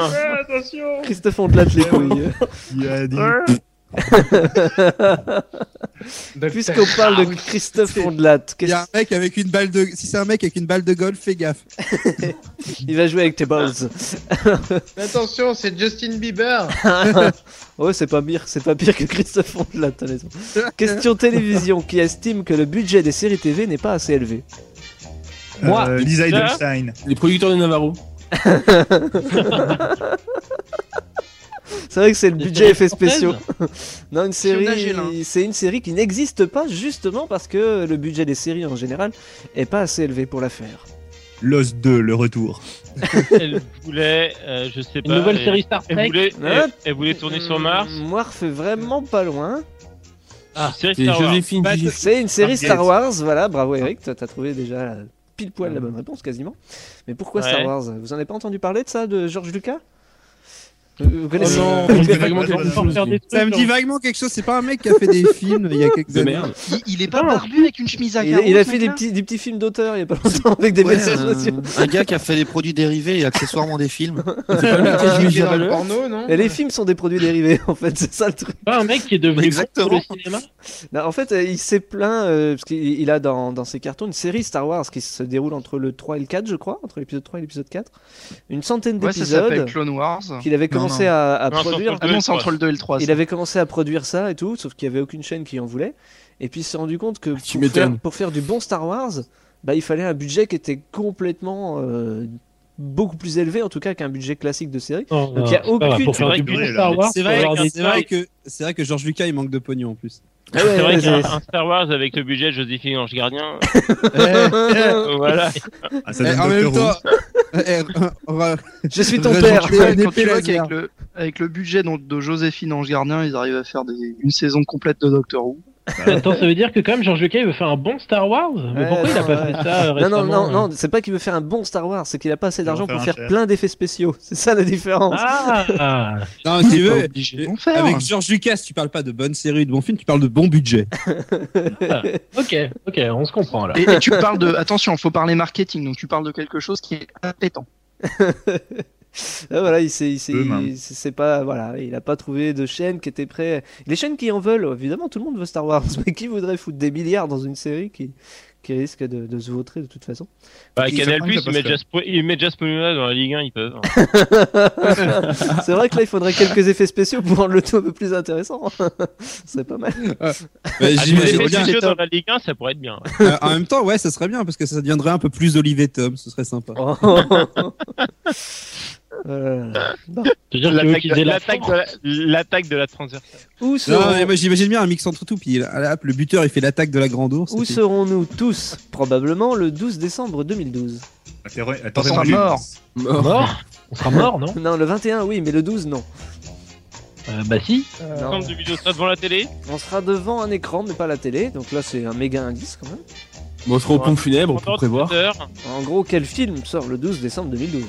Speaker 5: Ah, attention
Speaker 11: Eh
Speaker 2: Christophe on te latte les couilles.
Speaker 1: qui a dit euh,
Speaker 2: Puisqu'on parle de Christophe Ondelat,
Speaker 3: Il y a un mec avec une balle de. Si c'est un mec avec une balle de golf, fais gaffe.
Speaker 2: il va jouer avec tes balls.
Speaker 11: Attention, c'est Justin Bieber.
Speaker 2: ouais, Oh, c'est pas pire, c'est pas pire que Christophe Ondelat, t'as raison. Question télévision qui estime que le budget des séries TV n'est pas assez élevé.
Speaker 10: Moi, Euh, Lisa Lisa Edelstein. Les producteurs de Navarro.
Speaker 2: C'est vrai que c'est le
Speaker 10: Des
Speaker 2: budget effets
Speaker 10: séries
Speaker 2: spéciaux. non, une
Speaker 11: Fiona Gélin.
Speaker 2: série, c'est une série qui n'existe pas justement parce que le budget des séries en général est pas assez élevé pour la faire.
Speaker 1: L'os 2, le retour.
Speaker 5: Elle voulait, euh, je sais pas.
Speaker 2: nouvelle
Speaker 5: elle-
Speaker 2: série Star Trek.
Speaker 5: Elle voulait, elle-
Speaker 2: Hein Mmh.
Speaker 5: elle voulait tourner sur Mars.
Speaker 2: Morph est vraiment pas loin.
Speaker 5: Ah, série c'est Star Wars. Joséphine
Speaker 3: Bah,
Speaker 5: Digifoot.
Speaker 2: C'est une série
Speaker 5: Stargate.
Speaker 2: Star Wars, voilà, bravo Eric, t'as t'as trouvé déjà la- pile poil la bonne réponse quasiment. Mais pourquoi
Speaker 5: Ouais.
Speaker 2: Star Wars Vous en avez pas entendu parler de ça, de George Lucas Vous- Vous connaissez
Speaker 3: non,
Speaker 2: Vous
Speaker 3: on
Speaker 2: connaissez-
Speaker 3: fait vaguement
Speaker 1: Ah,
Speaker 3: quelque
Speaker 2: Vous connaissez-
Speaker 3: chose. Ça me dit vaguement quelque chose. C'est pas un mec qui a fait des films il y a quelques
Speaker 10: De
Speaker 3: années.
Speaker 10: merde.
Speaker 4: Il, il est pas barbu avec une chemise à
Speaker 2: Il,
Speaker 4: carreaux.
Speaker 2: il a
Speaker 4: ce
Speaker 2: fait des
Speaker 4: mec-là
Speaker 2: petits, des petits films d'auteur il y a pas longtemps avec des
Speaker 6: Ouais,
Speaker 2: messages
Speaker 6: euh,
Speaker 2: sociaux.
Speaker 6: un gars qui a fait des produits dérivés et accessoirement des films.
Speaker 11: Il est dans le porno, non
Speaker 2: Ah, Et les films sont des produits dérivés, en fait, c'est ça le truc.
Speaker 9: Pas Ah, un mec qui est devenu
Speaker 6: Exactement.
Speaker 9: bon pour le cinéma
Speaker 2: Non, en fait, euh, il s'est plaint, euh, parce qu'il il a dans, dans ses cartons une série Star Wars qui se déroule entre le 3 et le 4, je crois, entre l'épisode 3 et l'épisode 4. Une centaine
Speaker 4: Ouais, ça s'appelle hein.
Speaker 2: d'épisodes
Speaker 4: Clone Wars.
Speaker 2: qu'il avait
Speaker 6: Non,
Speaker 2: commencé
Speaker 6: non.
Speaker 2: à, à
Speaker 5: Non, c'est
Speaker 2: produire.
Speaker 5: entre
Speaker 4: Ah
Speaker 5: le deux et
Speaker 4: non,
Speaker 5: le
Speaker 4: c'est
Speaker 5: trois.
Speaker 4: entre le 2 et le 3.
Speaker 2: Il avait commencé à produire ça et tout, sauf qu'il y avait aucune chaîne qui en voulait. Et puis il s'est rendu compte que
Speaker 10: Tu
Speaker 2: pour faire,
Speaker 10: m'étonnes.
Speaker 2: pour faire du bon Star Wars, bah, il fallait un budget qui était complètement euh, beaucoup plus élevé, en tout cas qu'un budget classique de série.
Speaker 9: Non,
Speaker 2: Donc, il y a
Speaker 9: c'est pas grave,
Speaker 2: aucune-
Speaker 9: Pour faire du
Speaker 1: C'est vrai
Speaker 9: bon Star Wars,
Speaker 3: C'est
Speaker 9: faut
Speaker 3: vrai,
Speaker 9: avoir des
Speaker 3: c'est vrai
Speaker 9: tailles.
Speaker 3: que c'est vrai que George Lucas il manque de pognon en plus.
Speaker 2: Ah ouais,
Speaker 5: C'est vrai
Speaker 2: ouais,
Speaker 5: qu'un
Speaker 2: c'est-
Speaker 5: un Star Wars avec le budget de Joséphine Ange Gardien. voilà.
Speaker 1: Ah, ça
Speaker 3: Eh,
Speaker 1: donne
Speaker 3: en
Speaker 1: Doctor
Speaker 3: même
Speaker 1: Who.
Speaker 3: temps, eh, on va-
Speaker 2: je suis ton
Speaker 3: Raison
Speaker 2: père.
Speaker 3: de-
Speaker 4: Ouais,
Speaker 3: Une
Speaker 4: quand tu
Speaker 3: épée
Speaker 4: vois qu'avec
Speaker 3: laser.
Speaker 4: le, avec le budget donc, de Joséphine Ange Gardien, ils arrivent à faire des- une saison complète de Doctor Who.
Speaker 9: Attends, ça veut dire que quand même George Lucas il veut faire un bon Star Wars Mais
Speaker 2: Ouais,
Speaker 9: pourquoi il a
Speaker 2: non,
Speaker 9: pas
Speaker 2: ouais.
Speaker 9: fait ça euh,
Speaker 2: Non, non,
Speaker 9: récemment
Speaker 2: non,
Speaker 9: euh
Speaker 2: non, c'est pas qu'il veut faire un bon Star Wars, c'est qu'il a pas assez
Speaker 1: Il va
Speaker 2: d'argent
Speaker 1: faire
Speaker 2: pour
Speaker 1: un
Speaker 2: faire
Speaker 1: cher.
Speaker 2: plein d'effets spéciaux. C'est ça la différence.
Speaker 9: Ah
Speaker 3: Non, si tu
Speaker 4: Pas
Speaker 3: veux,
Speaker 4: obligé
Speaker 3: euh,
Speaker 4: d'en faire.
Speaker 3: avec George Lucas, tu parles pas de bonnes séries, de bons films, tu parles de bons budgets.
Speaker 9: Ok, ok, on se comprend là.
Speaker 4: Et, et tu parles de. Attention, faut parler marketing, donc tu parles de quelque chose qui est appétant.
Speaker 2: Ah, voilà, il s'est, il s'est-
Speaker 1: Peu, même.
Speaker 2: il s'est- c'est pas, voilà, il a pas trouvé de chaîne qui était prêt. Les chaînes qui en veulent, évidemment, tout le monde veut Star Wars, mais qui voudrait foutre des milliards dans une série qui, qui risque de, de se vautrer de toute façon
Speaker 5: Bah,
Speaker 1: Ils
Speaker 5: Canal
Speaker 1: savent
Speaker 5: Plus,
Speaker 1: pas
Speaker 5: ils
Speaker 1: parce
Speaker 5: mettent
Speaker 1: que-
Speaker 5: Jaspo- ils mettent Jaspomina dans la Ligue 1, ils peuvent.
Speaker 3: Ah.
Speaker 2: C'est vrai que là, il faudrait quelques effets spéciaux pour rendre le tout un peu plus intéressant. C'est pas mal.
Speaker 3: Bah,
Speaker 5: Ah,
Speaker 3: j'imagine
Speaker 5: des
Speaker 3: bien.
Speaker 5: effets spéciaux dans la Ligue 1, ça pourrait être bien. ouais.
Speaker 3: Euh, en même temps, ouais, ça serait bien parce que ça deviendrait un peu plus Olivier Tom, ce serait sympa.
Speaker 2: Oh. Voilà. Bon.
Speaker 9: C'est-à-dire qu'il veut utiliser
Speaker 5: L'attaque de-
Speaker 9: la
Speaker 5: L'attaque
Speaker 9: force.
Speaker 5: de la- l'attaque de la transversale.
Speaker 2: Où
Speaker 3: Non,
Speaker 2: serons-
Speaker 3: mais moi j'imagine bien un mix entre tout, puis là, hop, le buteur il fait l'attaque de la grande ours.
Speaker 2: où
Speaker 3: et puis-
Speaker 2: serons-nous tous probablement le 12 décembre 2012
Speaker 1: Atterri-
Speaker 4: On sera
Speaker 1: atterri-
Speaker 4: mort.
Speaker 9: Mort On sera mort, non
Speaker 2: Non, le 21, oui, mais le 12, non.
Speaker 9: Euh, Bah si.
Speaker 2: Non.
Speaker 5: Ensemble de vidéos sera devant la télé.
Speaker 2: On sera devant un écran, mais pas la télé. Donc là, c'est un méga indice quand même.
Speaker 10: Eh, Bon, on sera au
Speaker 5: Ouais.
Speaker 10: pont funèbre pour
Speaker 5: Pendant
Speaker 10: prévoir.
Speaker 5: deux heures.
Speaker 2: En gros, quel film sort le 12 décembre 2012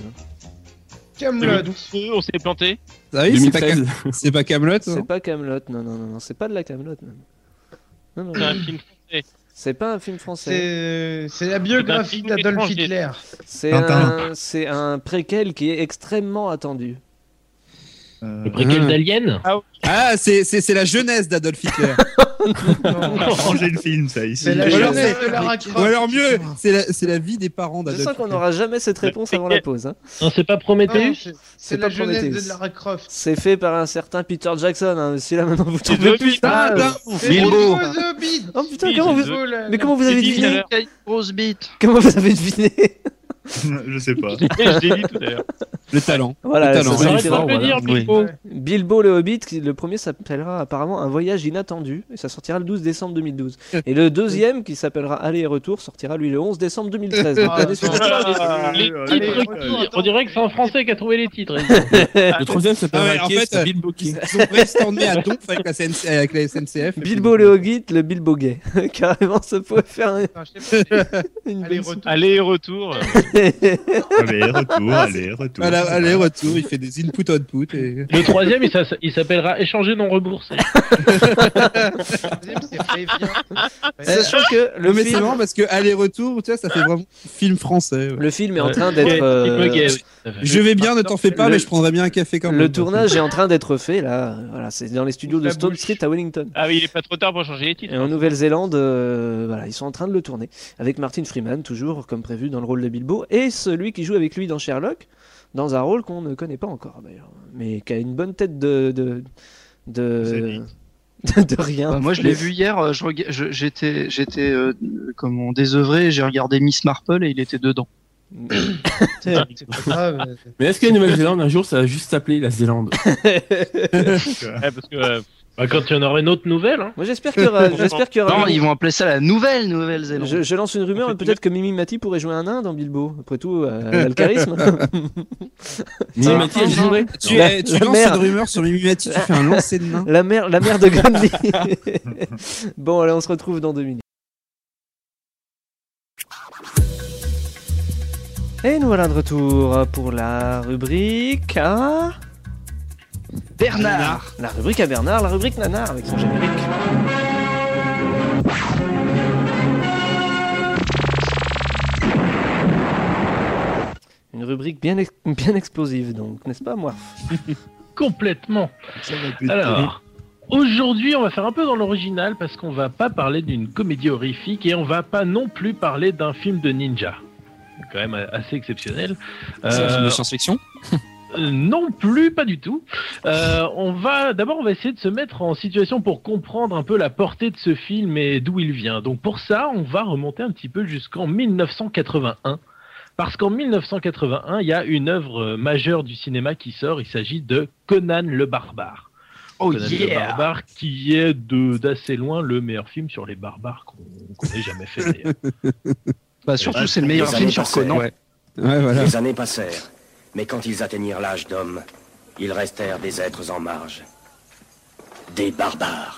Speaker 11: Camelot.
Speaker 5: Feu, On s'est planté.
Speaker 3: Ah oui, c'est pas,
Speaker 10: 2013.
Speaker 3: Cam- c'est pas Camelot. hein.
Speaker 2: C'est pas Camelot, non, non, non, non, c'est pas de la Camelot. Non, non, non,
Speaker 5: C'est
Speaker 2: non.
Speaker 5: un film.
Speaker 2: c'est pas un film français.
Speaker 11: C'est c'est la biographie
Speaker 5: C'est un film
Speaker 11: d'Adolf
Speaker 5: étranger.
Speaker 11: Hitler.
Speaker 2: C'est
Speaker 1: Tintin.
Speaker 2: un, c'est un préquel qui est extrêmement attendu.
Speaker 1: Euh,
Speaker 9: Le préquel
Speaker 3: Ah.
Speaker 9: d'Alien
Speaker 3: Ah, c'est, c'est, c'est la jeunesse d'Adolf Hitler.
Speaker 11: Non.
Speaker 1: Changez le film, ça, ici.
Speaker 11: C'est la
Speaker 3: Ou alors
Speaker 11: jeunesse
Speaker 3: c'est-
Speaker 11: de la
Speaker 3: Ou
Speaker 11: racra.
Speaker 3: alors mieux, c'est la, c'est la vie des parents
Speaker 11: Bah,
Speaker 2: Je
Speaker 3: d'Adolf
Speaker 2: sens qu'on
Speaker 3: Hitler.
Speaker 2: n'aura jamais cette réponse avant la pause. hein.
Speaker 9: Non, c'est pas
Speaker 11: Non,
Speaker 9: Prometheus
Speaker 11: C'est c'est
Speaker 2: C'est
Speaker 11: la
Speaker 2: pas
Speaker 11: jeunesse de
Speaker 2: Prometheus.
Speaker 11: Lara Croft.
Speaker 2: C'est fait par un certain Peter Jackson. Hein. Si là maintenant vous
Speaker 5: C'est
Speaker 2: trouvez
Speaker 5: The
Speaker 2: plus.
Speaker 5: Hobbit.
Speaker 2: Ah,
Speaker 3: Ah,
Speaker 2: euh,
Speaker 3: dingue.
Speaker 4: Bilbo.
Speaker 11: Oh, The Hobbit.
Speaker 2: Oh putain,
Speaker 5: Oui,
Speaker 2: comment
Speaker 5: c'est
Speaker 2: vous,
Speaker 5: The-
Speaker 11: Oh là là.
Speaker 2: mais comment vous
Speaker 5: C'est
Speaker 2: avez
Speaker 5: dit,
Speaker 2: deviné
Speaker 5: alors.
Speaker 4: Une grosse bite.
Speaker 2: Comment vous avez deviné
Speaker 1: Je sais pas.
Speaker 5: Je l'ai dit tout à l'heure.
Speaker 3: Le talent.
Speaker 2: Voilà,
Speaker 3: Le talent,
Speaker 2: c'est-
Speaker 3: hein,
Speaker 9: J'aurais
Speaker 2: c'est-
Speaker 9: pas pu
Speaker 2: voilà.
Speaker 9: le dire,
Speaker 6: Oui.
Speaker 9: Bilbo.
Speaker 2: Bilbo le Hobbit, qui- le premier s'appellera apparemment Un voyage inattendu, et ça sortira le 12 décembre 2012. Et le deuxième, qui s'appellera Aller et retour, sortira lui le 11 décembre 2013. Donc,
Speaker 11: Ah,
Speaker 2: l'année suivante.
Speaker 5: Ah,
Speaker 9: Les
Speaker 1: euh,
Speaker 9: titres
Speaker 1: allez,
Speaker 9: qui-
Speaker 1: euh,
Speaker 9: On dirait que c'est un Français qui a trouvé les titres.
Speaker 10: Eh, Le troisième s'appelle
Speaker 3: Ah ouais, en
Speaker 10: Raquel,
Speaker 3: fait,
Speaker 10: c'est
Speaker 3: euh,
Speaker 10: Bilbo King.
Speaker 3: Ils ont brainstormé à Donf avec la, CNC avec la SNCF. et puis-
Speaker 2: Bilbo le Hobbit, le Bilbo gay. Carrément, ça pourrait faire un-
Speaker 11: Putain, je sais pas,
Speaker 2: une
Speaker 11: Allez,
Speaker 2: bonne-
Speaker 11: retour.
Speaker 5: Aller et retour.
Speaker 1: Allez, retour, allez, retour.
Speaker 3: Ah, Voilà, Voilà, allez, retour, il fait des input-output. Et...
Speaker 9: Le troisième, il s'ass- il s'appellera échanger non remboursé.
Speaker 2: Sachant que le
Speaker 3: le mais c'est
Speaker 2: film-
Speaker 3: marrant parce que aller-retour, tu vois, ça fait vraiment film français. ouais.
Speaker 2: Le film est en train d'être. euh,
Speaker 3: Je vais bien, ne t'en fais pas,
Speaker 2: Le-
Speaker 3: mais je prendrai bien un café quand même.
Speaker 2: Le tournage est en train d'être fait là. Voilà, c'est dans les studios de Stone Street à Wellington.
Speaker 5: Ah oui, il est pas trop tard pour changer les titres.
Speaker 2: Et en Nouvelle-Zélande, euh, voilà, ils sont en train de le tourner avec Martin Freeman toujours comme prévu dans le rôle de Bilbo et celui qui joue avec lui dans Sherlock dans un rôle qu'on ne connaît pas encore d'ailleurs, mais qui a une bonne tête de de de, de rien.
Speaker 4: Bah, moi, je l'ai vu hier. euh, je rega- je- J'étais, j'étais, euh, comment, désœuvré. J'ai regardé Miss Marple et il était dedans.
Speaker 10: Mais est-ce que la Nouvelle-Zélande, un jour, ça va juste s'appeler la Zélande
Speaker 5: euh,
Speaker 9: Bah, quand il y en aurait une autre nouvelle. hein.
Speaker 2: Moi, j'espère qu'il y aura- j'espère qu'il y aura-
Speaker 4: Non, ils vont appeler ça la nouvelle Nouvelle-Zélande.
Speaker 2: Je, je lance une rumeur, mais peut-être que Mimi Mati pourrait jouer un nain dans Bilbo. Après tout, euh, elle a le charisme.
Speaker 3: Mimi Mati, elle jouerait. Tu- eh, tu lances une rumeur sur Mimi Mati, tu fais un lancer de
Speaker 12: Euh,
Speaker 3: nain.
Speaker 2: La mère, la mère de Gandhi. bon, allez, on se retrouve dans deux minutes. Et nous voilà de retour pour la rubrique à...
Speaker 4: Bernard.
Speaker 2: La rubrique à Bernard, la rubrique Nanar avec son générique. Une rubrique bien, ex- bien explosive donc, n'est-ce pas moi
Speaker 9: Complètement.
Speaker 2: péter.
Speaker 9: Alors, aujourd'hui, on va faire un peu dans l'original parce qu'on va pas parler d'une comédie horrifique et on va pas non plus parler d'un film de ninja. Quand même euh, assez exceptionnel.
Speaker 10: C'est un film de
Speaker 9: Euh,
Speaker 10: science-fiction
Speaker 9: euh, non plus, pas du tout. Euh, on va d'abord, on va essayer de se mettre en situation pour comprendre un peu la portée de ce film et d'où il vient. Donc pour ça, on va remonter un petit peu jusqu'en 1981. Parce qu'en 1981, il y a une œuvre euh, majeure du cinéma qui sort. Il s'agit de Conan le barbare.
Speaker 4: Oh
Speaker 9: Conan le
Speaker 4: yeah
Speaker 9: barbare, qui est de d'assez loin le meilleur film sur les barbares qu'on qu'on ait jamais fait. d'ailleurs.
Speaker 4: Bah, surtout, c'est le meilleur
Speaker 13: Les
Speaker 4: film
Speaker 13: années
Speaker 4: sur
Speaker 13: passèrent.
Speaker 4: Conan.
Speaker 13: Ouais.
Speaker 3: Ouais, voilà.
Speaker 13: Les années passèrent, mais quand ils atteignirent l'âge d'homme, ils restèrent des êtres en marge. Des barbares.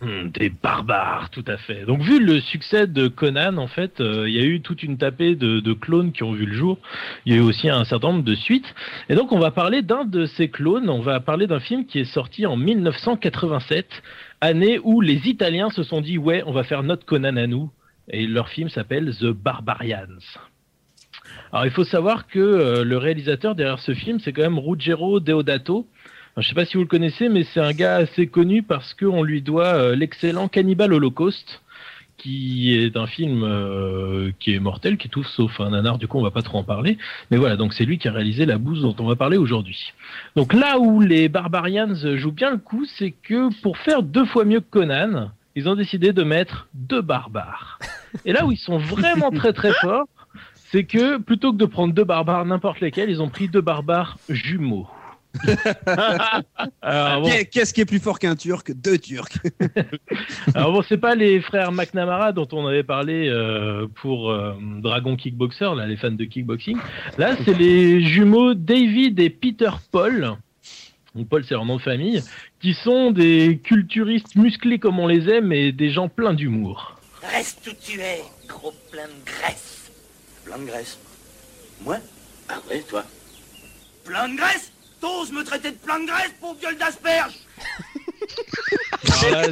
Speaker 9: Hmm, Des barbares, tout à fait. Donc, vu le succès de Conan, en fait, euh, il y a eu toute une tapée de, de clones qui ont vu le jour. Il y a eu aussi un certain nombre de suites. Et donc, on va parler d'un de ces clones. On va parler d'un film qui est sorti en 1987, année où les Italiens se sont dit Ouais, on va faire notre Conan à nous. Et leur film s'appelle The Barbarians. Alors, il faut savoir que euh, le réalisateur derrière ce film, c'est quand même Ruggero Deodato. Alors, je sais pas si vous le connaissez, mais c'est un gars assez connu parce qu'on lui doit euh, l'excellent Cannibal Holocaust, qui est un film euh, qui est mortel, qui est tout sauf un nanar, du coup on va pas trop en parler. Mais voilà, donc c'est lui qui a réalisé la bouse dont on va parler aujourd'hui. Donc là où les Barbarians jouent bien le coup, c'est que pour faire deux fois mieux que Conan, ils ont décidé de mettre deux barbares. Et là où ils sont vraiment très très forts, c'est que plutôt que de prendre deux barbares n'importe lesquels, ils ont pris deux barbares jumeaux.
Speaker 12: Ah
Speaker 9: Alors, bon.
Speaker 3: Qu'est- Qu'est-ce qui est plus fort qu'un Turc Deux Turcs.
Speaker 9: Alors bon, c'est pas les frères McNamara dont on avait parlé euh, pour euh, Dragon Kickboxer, là, les fans de kickboxing. Là, c'est les jumeaux David et Peter Paul. Donc Paul, c'est leur nom de famille, qui sont des culturistes musclés comme on les aime et des gens pleins d'humour.
Speaker 13: Reste où tu es, gros plein de graisse. Plein de graisse Moi Ah ouais, toi Plein de graisse T'oses me traiter de plein de graisse, pour gueule d'asperge
Speaker 12: Ah
Speaker 9: Alors là,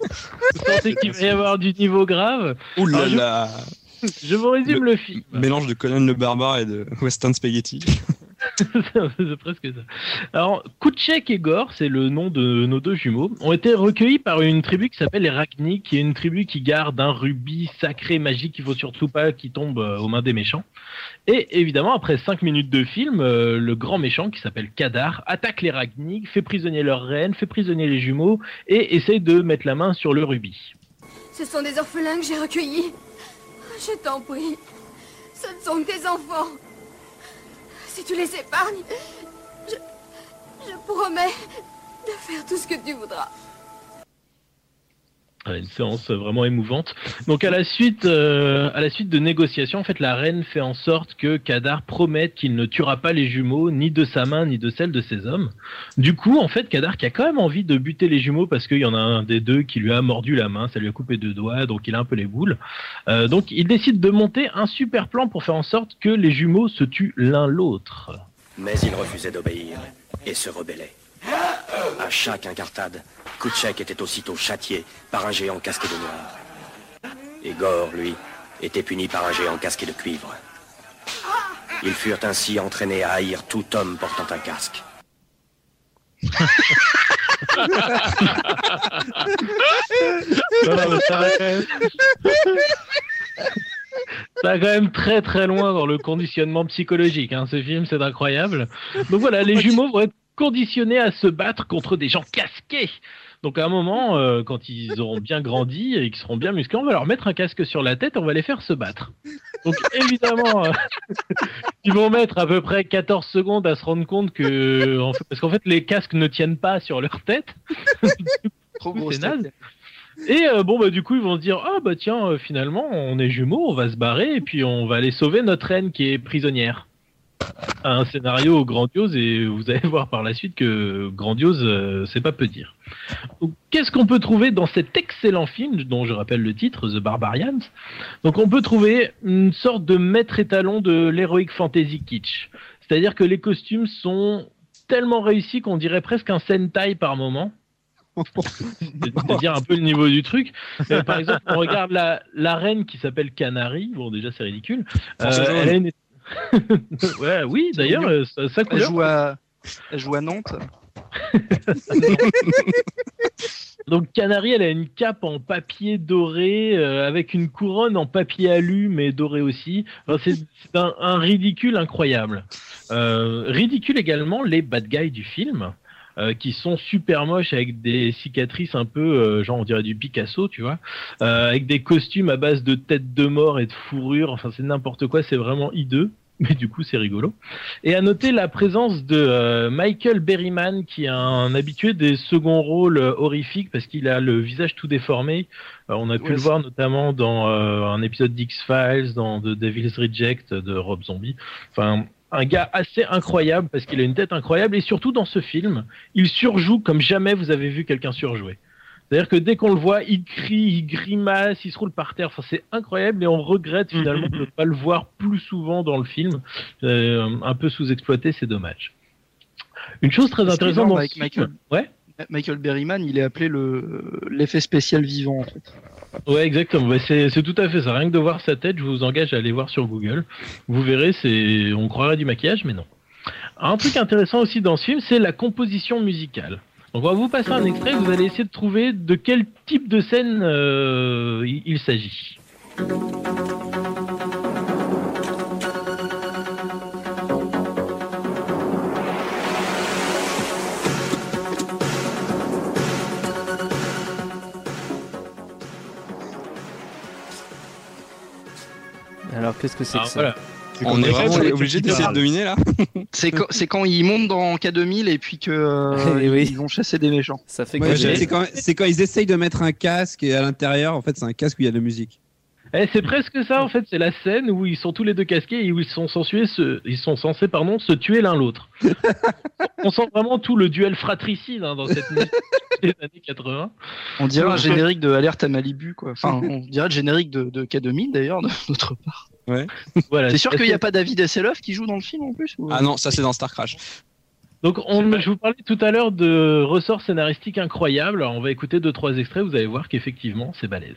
Speaker 9: vous pensez qu'il va y avoir du niveau grave
Speaker 12: Ouh là
Speaker 9: Alors, je-
Speaker 12: là.
Speaker 9: Je vous résume le film.
Speaker 12: Mélange de Conan le barbare et de Western Spaghetti.
Speaker 9: c'est presque ça. Alors, Kutchek et Gore, c'est le nom de nos deux jumeaux, ont été recueillis par une tribu qui s'appelle les Ragni, qui est une tribu qui garde un rubis sacré, magique, qu'il faut surtout pas qu'il tombe euh, aux mains des méchants. Et évidemment, après 5 minutes de film, euh, le grand méchant, qui s'appelle Kadar, attaque les Ragni, fait prisonnier leur reine, fait prisonnier les jumeaux, et essaye de mettre la main sur le rubis.
Speaker 14: Ce sont des orphelins que j'ai recueillis. Ah, Je t'en prie. Ce ne sont que des enfants. Si tu les épargnes, je, je promets de faire tout ce que tu voudras.
Speaker 9: Ouais, Ah, Une séance vraiment émouvante. Donc à la suite, euh, à la suite de négociations, en fait, la reine fait en sorte que Kadar promette qu'il ne tuera pas les jumeaux, ni de sa main, ni de celle de ses hommes. Du coup, en fait, Kadar qui a quand même envie de buter les jumeaux parce qu'il y en a un des deux qui lui a mordu la main, ça lui a coupé deux doigts, donc il a un peu les boules. Euh, donc il décide de monter un super plan pour faire en sorte que les jumeaux se tuent l'un l'autre.
Speaker 13: Mais il refusait d'obéir et se rebellait. À chaque incartade, Kutchek était aussitôt châtié par un géant casqué de noir. Et Gore, lui, était puni par un géant casqué de cuivre. Ils furent ainsi entraînés à haïr tout homme portant un casque.
Speaker 9: Voilà, mais ça, va quand même- ça va quand même très très loin dans le conditionnement psychologique. hein. Ce film, c'est incroyable. Donc voilà, les jumeaux vont être conditionnés à se battre contre des gens casqués. Donc à un moment, euh, quand ils auront bien grandi et qu'ils seront bien musclés, on va leur mettre un casque sur la tête et on va les faire se battre. Donc évidemment, euh, ils vont mettre à peu près 14 secondes à se rendre compte que... en fait- parce qu'en fait, les casques ne tiennent pas sur leur tête. Trop
Speaker 2: grosse tête.
Speaker 9: et euh, bon, bah, du coup, ils vont se dire Ah, bah tiens, euh, finalement, on est jumeaux, on va se barrer et puis on va aller sauver notre reine qui est prisonnière. Un scénario grandiose et vous allez voir par la suite que grandiose, euh, c'est pas peu dire. Donc, Qu'est-ce qu'on peut trouver dans cet excellent film dont je rappelle le titre, The Barbarians Donc on peut trouver une sorte de maître étalon de l'heroic fantasy kitsch. C'est-à-dire que les costumes sont tellement réussis qu'on dirait presque un Sentai par moment. C'est dire un peu le niveau du truc. Euh, par exemple, on regarde la, la reine qui s'appelle Canary. Bon, déjà, c'est ridicule. Euh,
Speaker 4: C'est jaune.
Speaker 9: elle a une- Ouais, oui, d'ailleurs,
Speaker 4: mignon.
Speaker 9: euh, sa, sa
Speaker 4: Elle
Speaker 9: couleur.
Speaker 4: joue à, elle joue à Nantes.
Speaker 9: Donc Canary, elle a une cape en papier doré euh, avec une couronne en papier alu et doré aussi. Enfin, c'est c'est un, un ridicule incroyable. Euh, ridicule également les bad guys du film. euh, qui sont super moches avec des cicatrices un peu euh, genre on dirait du Picasso tu vois euh, avec des costumes à base de têtes de mort et de fourrure enfin c'est n'importe quoi c'est vraiment hideux mais du coup c'est rigolo et à noter la présence de euh, Michael Berryman, qui est un habitué des seconds rôles euh, horrifiques parce qu'il a le visage tout déformé. Euh, on a pu
Speaker 4: Ouais,
Speaker 9: le
Speaker 4: c'est-
Speaker 9: voir notamment dans euh, un épisode d'X-Files, dans The Devil's Reject de Rob Zombie. Enfin, un gars assez incroyable parce qu'il a une tête incroyable et surtout dans ce film, il surjoue comme jamais vous avez vu quelqu'un surjouer. C'est-à-dire que dès qu'on le voit, il crie, il grimace, il se roule par terre. Enfin, c'est incroyable et on regrette finalement de ne pas le voir plus souvent dans le film. Euh, un peu sous-exploité, c'est dommage. Une chose très
Speaker 4: Parce que
Speaker 9: intéressante
Speaker 4: non,
Speaker 9: dans
Speaker 4: avec
Speaker 9: ce
Speaker 4: Michael-
Speaker 9: film- Ouais,
Speaker 4: Ma- Michael Berryman, il est appelé le l'effet spécial vivant en fait.
Speaker 9: ouais, exactement. Ouais, c'est c'est tout à fait ça. Rien que de voir sa tête, je vous engage à aller voir sur Google. Vous verrez, c'est on croirait du maquillage, mais non. Un truc intéressant aussi dans ce film, c'est la composition musicale. Donc on va vous passer un extrait. Vous allez essayer de trouver de quel type de scène euh, il- il s'agit.
Speaker 2: Alors qu'est-ce que c'est que ça
Speaker 12: On est vraiment obligé d'essayer de deviner là
Speaker 4: C'est quand, c'est quand ils montent dans K2000 et puis que euh,
Speaker 2: Eh oui.
Speaker 4: ils vont chasser des méchants.
Speaker 2: Ça fait
Speaker 12: Ouais, C'est quand, c'est quand ils essayent de mettre un casque et à l'intérieur, en fait, c'est un casque où il y a de la musique.
Speaker 9: Eh, c'est presque ça en fait, c'est la scène où ils sont tous les deux casqués et où ils sont censés se, ils sont censés pardon se tuer l'un l'autre. On sent vraiment tout le duel fratricide hein, dans cette musique des années 80.
Speaker 4: On dirait un
Speaker 9: Donc,
Speaker 4: générique de Alerte à Malibu quoi. Enfin, on dirait le générique de, de K2000 d'ailleurs de notre part.
Speaker 12: Ouais.
Speaker 2: Bah,
Speaker 9: Voilà.
Speaker 4: T'es sûr
Speaker 9: c'est-
Speaker 4: qu'il n'y a pas David Hasselhoff qui joue dans le film en plus ou-
Speaker 12: Ah non, ça c'est dans Star Crash.
Speaker 9: Donc on, je vous parlais tout à l'heure de ressorts scénaristiques incroyables. Alors, on va écouter deux trois extraits, vous allez voir qu'effectivement c'est balèze.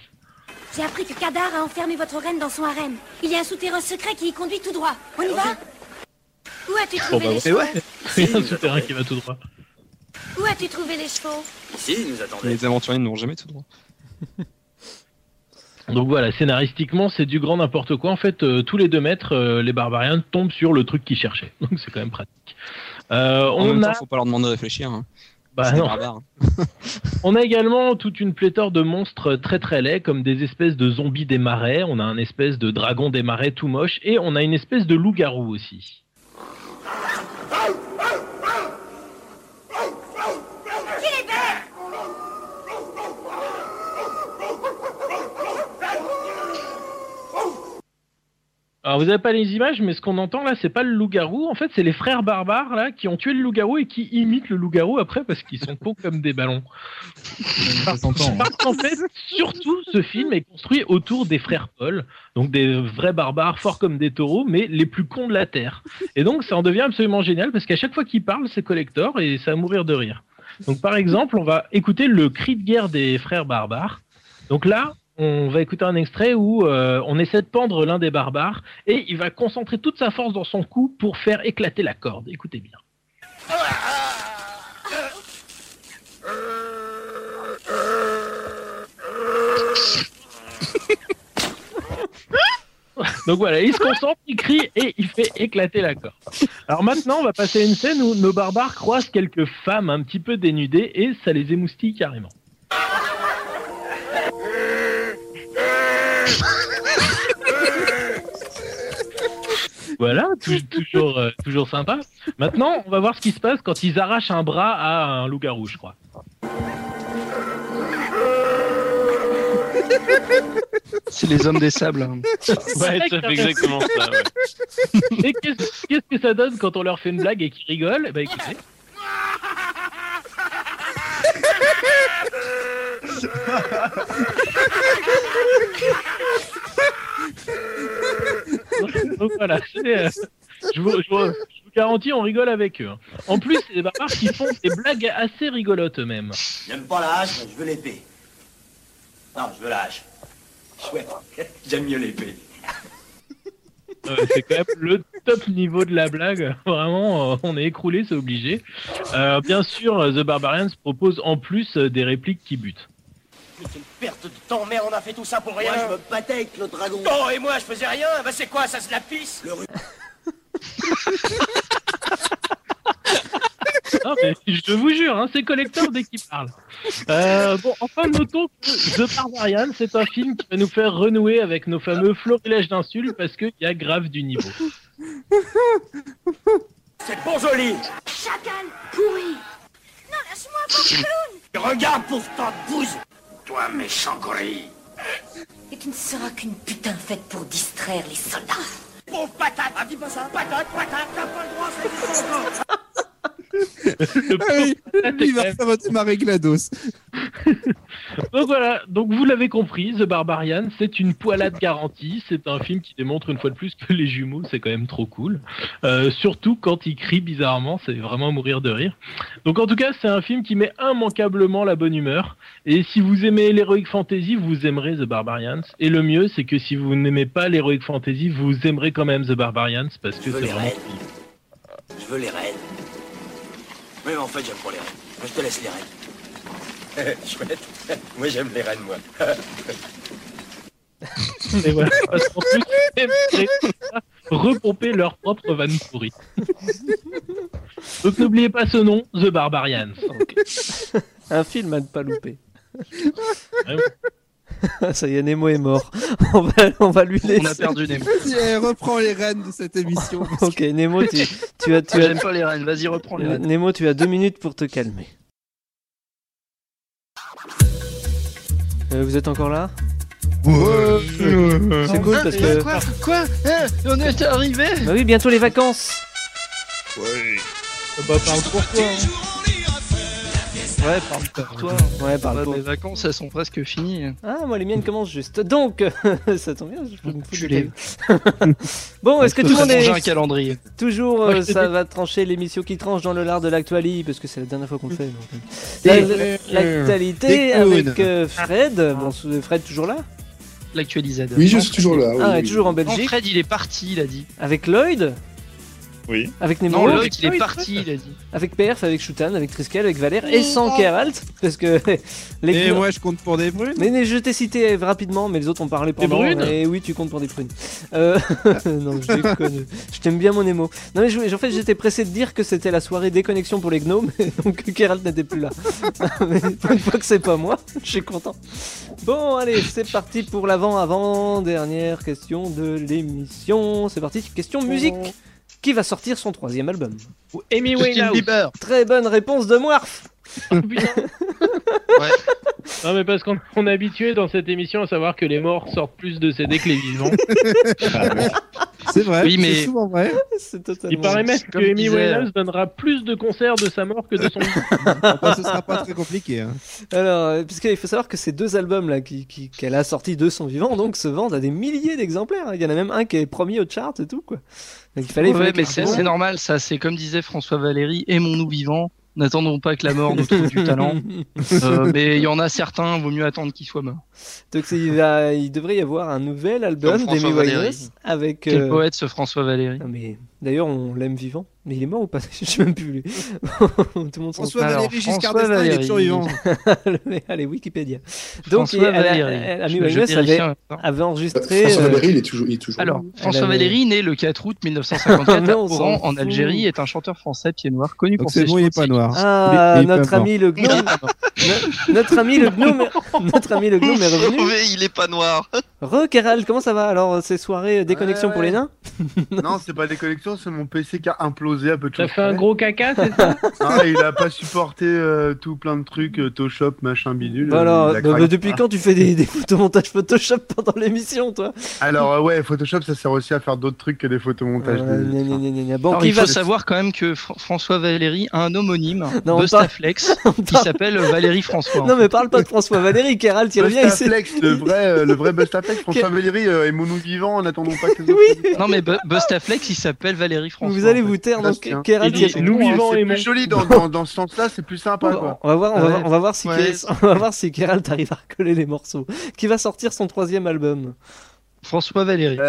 Speaker 14: J'ai appris que Kadar a enfermé votre reine dans son harem. Il y a un souterrain secret qui y conduit tout droit. On y va Où as-tu
Speaker 2: Oh,
Speaker 14: trouvé
Speaker 2: bah,
Speaker 14: les chevaux
Speaker 9: c'est un souterrain qui va tout droit.
Speaker 14: Où as-tu trouvé les chevaux
Speaker 13: Ici, il nous attendait.
Speaker 12: Les aventuriers n'ont jamais tout droit.
Speaker 9: Donc voilà, scénaristiquement, c'est du grand n'importe quoi. En fait, euh, tous les deux mètres, euh, les barbariens tombent sur le truc qu'ils cherchaient. Donc c'est quand même pratique. Euh,
Speaker 12: En
Speaker 9: on
Speaker 12: même
Speaker 9: a...
Speaker 12: temps, faut pas leur demander de réfléchir. hein.
Speaker 9: Bah
Speaker 2: Ah
Speaker 12: C'est
Speaker 9: non.
Speaker 12: barbare.
Speaker 9: On a également toute une pléthore de monstres très très laids, comme des espèces de zombies des marais, on a un espèce de dragon des marais tout moche, et on a une espèce de loup-garou aussi.
Speaker 14: Qui les bête
Speaker 9: Alors vous n'avez pas les images, mais ce qu'on entend là, c'est pas le loup-garou. En fait, c'est les frères barbares là qui ont tué le loup-garou et qui imitent le loup-garou après parce qu'ils sont cons comme des ballons.
Speaker 1: Ça s'entend. hein.
Speaker 9: Parce qu'en fait, surtout, ce film est construit autour des frères Paul, donc des vrais barbares forts comme des taureaux, mais les plus cons de la Terre. Et donc, ça en devient absolument génial parce qu'à chaque fois qu'ils parlent, c'est collector et ça va mourir de rire. Donc, par exemple, on va écouter le cri de guerre des frères barbares. Donc là, on va écouter un extrait où euh, on essaie de pendre l'un des barbares et il va concentrer toute sa force dans son cou pour faire éclater la corde. Écoutez bien. Donc voilà, il se concentre, il crie et il fait éclater la corde. Alors maintenant, on va passer à une scène où nos barbares croisent quelques femmes un petit peu dénudées et ça les émoustille carrément. Voilà, tou- toujours, euh, toujours sympa. Maintenant, on va voir ce qui se passe quand ils arrachent un bras à un loup-garou, je crois.
Speaker 4: C'est les hommes des sables. hein.
Speaker 5: Ouais, ça fait exactement ça. ouais.
Speaker 9: Et qu'est-ce qu'est-ce que ça donne quand on leur fait une blague et qu'ils rigolent Eh ben, écoutez. Donc voilà, c'est, euh, je, vous, je vous- je vous garantis, on rigole avec eux. hein. En plus, c'est des barbares qui font des blagues assez rigolotes eux-mêmes.
Speaker 13: J'aime pas la hache, je veux l'épée. Non, je veux la hache. Chouette, j'aime mieux l'épée.
Speaker 9: Ouais, Euh, c'est quand même le top niveau de la blague. Vraiment, euh, on est écroulé, c'est obligé. Euh, bien sûr, euh, The Barbarians propose en plus euh, des répliques qui butent.
Speaker 13: C'est une perte de temps, merde, on a fait tout ça pour rien. je me battais avec le dragon. Oh, et moi, je faisais rien. Bah, c'est quoi, ça se la pisse Le
Speaker 9: Non, mais je vous jure, hein, c'est collecteur dès qu'il parle. Euh, bon, enfin, notons que The Barbarian, c'est un film qui va nous faire renouer avec nos fameux florilèges d'insultes parce qu'il y a grave du niveau.
Speaker 13: C'est bon joli.
Speaker 14: Chacal pourri Non, lâche-moi, pauvre clown
Speaker 13: Regarde pour ta bouse. Toi, méchant gorille.
Speaker 14: Et tu ne seras qu'une putain faite pour distraire les soldats.
Speaker 13: Pauvre patate. Ah, dis pas ça. Patate, patate, t'as pas le droit, ça existe encore.
Speaker 3: Ah oui, lui, il va s'inventer Marie Glados.
Speaker 9: Donc voilà, donc vous l'avez compris, The Barbarian, c'est une poilade garantie. C'est un film qui démontre une fois de plus que les jumeaux, c'est quand même trop cool. Euh, surtout quand ils crient bizarrement, c'est vraiment à mourir de rire. Donc en tout cas, c'est un film qui met immanquablement la bonne humeur. Et si vous aimez l'Heroic Fantasy, vous aimerez The Barbarians. Et le mieux, c'est que si vous n'aimez pas l'Heroic Fantasy, vous aimerez quand même The Barbarians parce que
Speaker 13: Je veux
Speaker 9: c'est
Speaker 13: les
Speaker 9: vraiment.
Speaker 13: rênes. Je veux les rênes. Mais en fait, j'aime pas les rênes. Moi, je te laisse les rênes. Chouette. Moi, j'aime les rênes, moi.
Speaker 9: Et voilà, parce qu'en plus, ils aiment repomper leur propre vanne pourrie. Donc n'oubliez pas ce nom, The Barbarians.
Speaker 2: Un film à ne pas louper. Ah,
Speaker 9: Vraiment.
Speaker 2: Ça y est, Nemo est mort. On va, on va lui laisser.
Speaker 3: Vas-y, eh, reprends les rênes de cette émission.
Speaker 2: Ok, Nemo, tu, tu as, tu as...
Speaker 4: J'aime pas les rênes, vas-y, reprends les rênes.
Speaker 2: Nemo, tu as deux minutes pour te calmer. Euh, vous êtes encore là
Speaker 10: Oh,
Speaker 2: C'est cool parce que.
Speaker 4: Euh, Quoi Quoi Hein On est arrivé
Speaker 2: Bah oui, bientôt les vacances.
Speaker 1: Ouais.
Speaker 9: Bah parle pour toi.
Speaker 4: Ouais, parle pour toi.
Speaker 2: Ouais, parle
Speaker 4: Ouais,
Speaker 2: pour-
Speaker 4: Mes vacances, elles sont presque finies.
Speaker 2: Ah, moi les miennes commencent juste. Donc, ça tombe bien, je peux me foutre
Speaker 4: Enculé.
Speaker 2: des Bon, est-ce que tout le
Speaker 4: Faut
Speaker 2: monde
Speaker 4: changer
Speaker 2: est.
Speaker 4: un calendrier.
Speaker 2: Toujours,
Speaker 4: Moi,
Speaker 2: euh,
Speaker 4: je te
Speaker 2: ça
Speaker 4: dis-
Speaker 2: va trancher l'émission qui tranche dans le lard de l'actualité, parce que c'est la dernière fois qu'on le fait. donc. euh.
Speaker 4: Des-
Speaker 2: La- L'actualité
Speaker 4: des
Speaker 2: avec
Speaker 4: clowns.
Speaker 2: euh, Fred. Bon, sou- Fred toujours là
Speaker 4: L'actualisé.
Speaker 7: Oui, je suis toujours là. oui,
Speaker 2: Ah,
Speaker 7: oui.
Speaker 2: toujours en
Speaker 4: Non,
Speaker 2: Belgique.
Speaker 4: Fred, il est parti, il a dit.
Speaker 2: Avec Lloyd
Speaker 1: Oui.
Speaker 2: Avec
Speaker 4: Non,
Speaker 2: Nemo
Speaker 4: Lloyd, il est
Speaker 2: Lloyd,
Speaker 4: parti, il a dit.
Speaker 2: Avec PRF, avec Shutan, avec Triskel, avec Valère et sans Keralt, parce que les
Speaker 3: Et
Speaker 2: clowns-
Speaker 3: moi, je compte pour des brunes.
Speaker 2: Mais, mais je t'ai cité rapidement, mais les autres ont parlé pendant.
Speaker 3: brunes
Speaker 2: Et oui, tu comptes pour des prunes. Euh, non, je déconne. Je t'aime bien mon émo. Non, mais je- en fait, j'étais pressé de dire que c'était la soirée déconnexion pour les gnomes, et donc Keralt n'était plus là. mais pour une fois que c'est pas moi, je suis content. Bon, allez, c'est parti pour l'avant-avant. Dernière question de l'émission. C'est parti, question musique. Qui va sortir son troisième album
Speaker 5: Amy
Speaker 4: Justin
Speaker 5: Winehouse.
Speaker 4: Bieber.
Speaker 2: Très bonne réponse de Moirf
Speaker 9: Non mais parce qu'on on est habitué dans cette émission à savoir que les morts sortent plus de CD que les vivants.
Speaker 3: C'est vrai,
Speaker 4: Oui, mais-
Speaker 3: c'est souvent vrai.
Speaker 2: C'est totalement.
Speaker 9: Il paraît même que
Speaker 3: Comme
Speaker 9: Amy
Speaker 3: disait-
Speaker 9: Winehouse donnera plus de concerts de sa mort que de son vivant.
Speaker 3: ce sera pas très compliqué. hein.
Speaker 2: Alors, euh, parce qu'il faut savoir que ces deux albums là qui- qui- qu'elle a sortis de son vivant, donc se vendent à des milliers d'exemplaires. hein. Il y en a même un qui est premier au chart et tout quoi. Donc il fallait. il
Speaker 4: Ouais,
Speaker 2: fallait
Speaker 4: mais
Speaker 2: que-
Speaker 4: c'est c'est normal, ça. C'est comme disait François Valéry, aimons-nous vivants. N'attendons pas que la mort nous trouve du talent. Euh, mais il y en a certains, vaut mieux attendre qu'ils soient morts.
Speaker 2: Donc c'est- il, va- il devrait y avoir un nouvel album
Speaker 4: Comme François
Speaker 2: d'Amy
Speaker 4: Valéry.
Speaker 2: Winehouse avec.
Speaker 4: Quel
Speaker 2: euh,
Speaker 4: poète ce François Valéry.
Speaker 2: mais D'ailleurs, on l'aime vivant. Mais il est mort ou pas Je sais même plus. lui. Tout le monde s'en
Speaker 3: François
Speaker 2: fout.
Speaker 3: Valéry Giscard d'Estaing, il est toujours vivant.
Speaker 2: Le mec, Allez, Wikipédia. Donc,
Speaker 4: François
Speaker 2: elle a-
Speaker 4: Valéry.
Speaker 2: elle-
Speaker 4: Je-
Speaker 2: Amy
Speaker 4: je
Speaker 2: Winehouse
Speaker 4: vérifie
Speaker 2: avait,
Speaker 4: en même temps.
Speaker 2: avait enregistré.
Speaker 7: François
Speaker 2: euh,
Speaker 7: Valéry, il est toujours. Il est toujours
Speaker 4: Alors, François
Speaker 2: avait-
Speaker 4: Valéry, né le 4 août 1954 à
Speaker 2: Non, on s'en
Speaker 4: Oran, en
Speaker 2: fout.
Speaker 4: Algérie, est un chanteur français pied noir connu
Speaker 3: Donc
Speaker 4: pour
Speaker 3: c'est
Speaker 4: ses
Speaker 3: bon, il est pas noir.
Speaker 2: Ah,
Speaker 3: Il est- il est
Speaker 2: notre
Speaker 3: pas
Speaker 2: ami
Speaker 3: mort.
Speaker 2: le gnome. No- notre ami le gnome. est- Notre ami le gnome est revenu.
Speaker 15: Sauvé, il est pas noir.
Speaker 2: Re Keral, comment ça va alors euh, ces soirées déconnexion pour les nains
Speaker 15: Non, c'est pas des connexions, c'est mon PC qui a implosé à peu de
Speaker 9: Ça
Speaker 15: choses.
Speaker 9: fait un gros caca, c'est ça
Speaker 15: Ah, il a pas supporté euh, tout plein de trucs, euh, Toshop, machin bidule.
Speaker 2: Voilà,
Speaker 15: Il a
Speaker 2: bah,
Speaker 15: craqué.
Speaker 2: bah, depuis quand tu fais des, des photomontages Photoshop pendant l'émission, toi
Speaker 15: Alors euh, ouais, Photoshop, ça sert aussi à faire d'autres trucs que des photomontages.
Speaker 2: Euh,
Speaker 15: des-
Speaker 2: gna, gna, gna, gna, gna. Bon,
Speaker 4: Alors,
Speaker 2: qui
Speaker 4: il
Speaker 2: va
Speaker 4: faut savoir quand même que Fr- François Valéry a un homonyme
Speaker 2: Non, on parle-
Speaker 4: de Staflex qui
Speaker 2: parle-
Speaker 4: s'appelle Valéry François.
Speaker 2: Non, mais parle pas de François Valéry, Keral,
Speaker 15: Bah,
Speaker 2: tu reviens ici.
Speaker 15: Bustaflex, le vrai, euh, le vrai Bustaflex. François Valéry euh, est mono vivant, en attendant pas que les autres.
Speaker 4: Non, mais Bu- Bustaflex, il s'appelle Valéry François.
Speaker 2: Vous allez vous taire, donc
Speaker 15: Bastien.
Speaker 2: Keral,
Speaker 15: Il dit,
Speaker 2: tu-
Speaker 15: nous vivons et plus joli dans, dans, dans ce sens-là, c'est plus sympa. Quoi.
Speaker 2: On va voir, on va,
Speaker 15: Ouais.
Speaker 2: voir- on va voir si
Speaker 15: Ouais.
Speaker 2: Keral- on va voir si Keral t'arrive à recoller les morceaux. Qui va sortir son troisième album
Speaker 4: François Valéry.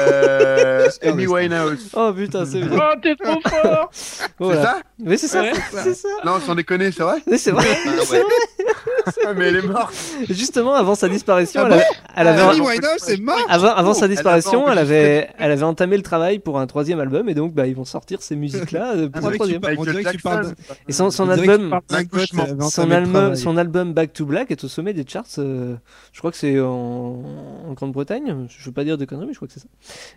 Speaker 15: Euh, Amy Winehouse.
Speaker 2: Oh putain, c'est vrai.
Speaker 9: Oh, t'es trop fort
Speaker 2: Voilà.
Speaker 15: ça
Speaker 2: Mais c'est ça,
Speaker 15: Ouais.
Speaker 2: c'est ça.
Speaker 15: Non, sans déconner, c'est vrai
Speaker 2: Mais c'est vrai,
Speaker 10: Ah
Speaker 2: c'est vrai.
Speaker 15: Ah, mais elle est morte.
Speaker 2: Justement, avant sa disparition,
Speaker 15: Ah
Speaker 2: elle, avait-
Speaker 15: bon
Speaker 2: elle avait,
Speaker 3: Amy Winehouse, c'est mort
Speaker 2: avant, avant
Speaker 3: Oh,
Speaker 2: sa
Speaker 3: elle a
Speaker 2: disparition,
Speaker 3: pas
Speaker 2: elle
Speaker 3: enregistré.
Speaker 2: avait, elle avait entamé le travail pour un troisième album et donc bah, ils vont sortir ces musiques-là euh,
Speaker 3: On
Speaker 2: pour un
Speaker 3: dirait que tu
Speaker 2: troisième.
Speaker 3: parles- on dirait que tu parles d'un-
Speaker 2: Et son, son
Speaker 3: on dirait que tu
Speaker 2: album,
Speaker 3: parles d'un gosse, euh, elle avait
Speaker 2: son,
Speaker 3: entamé le
Speaker 2: album
Speaker 3: travail.
Speaker 2: son album Back to Black est au sommet des charts. euh, je crois que c'est en, en Grande-Bretagne. Je veux pas dire de conneries, mais je crois que c'est ça.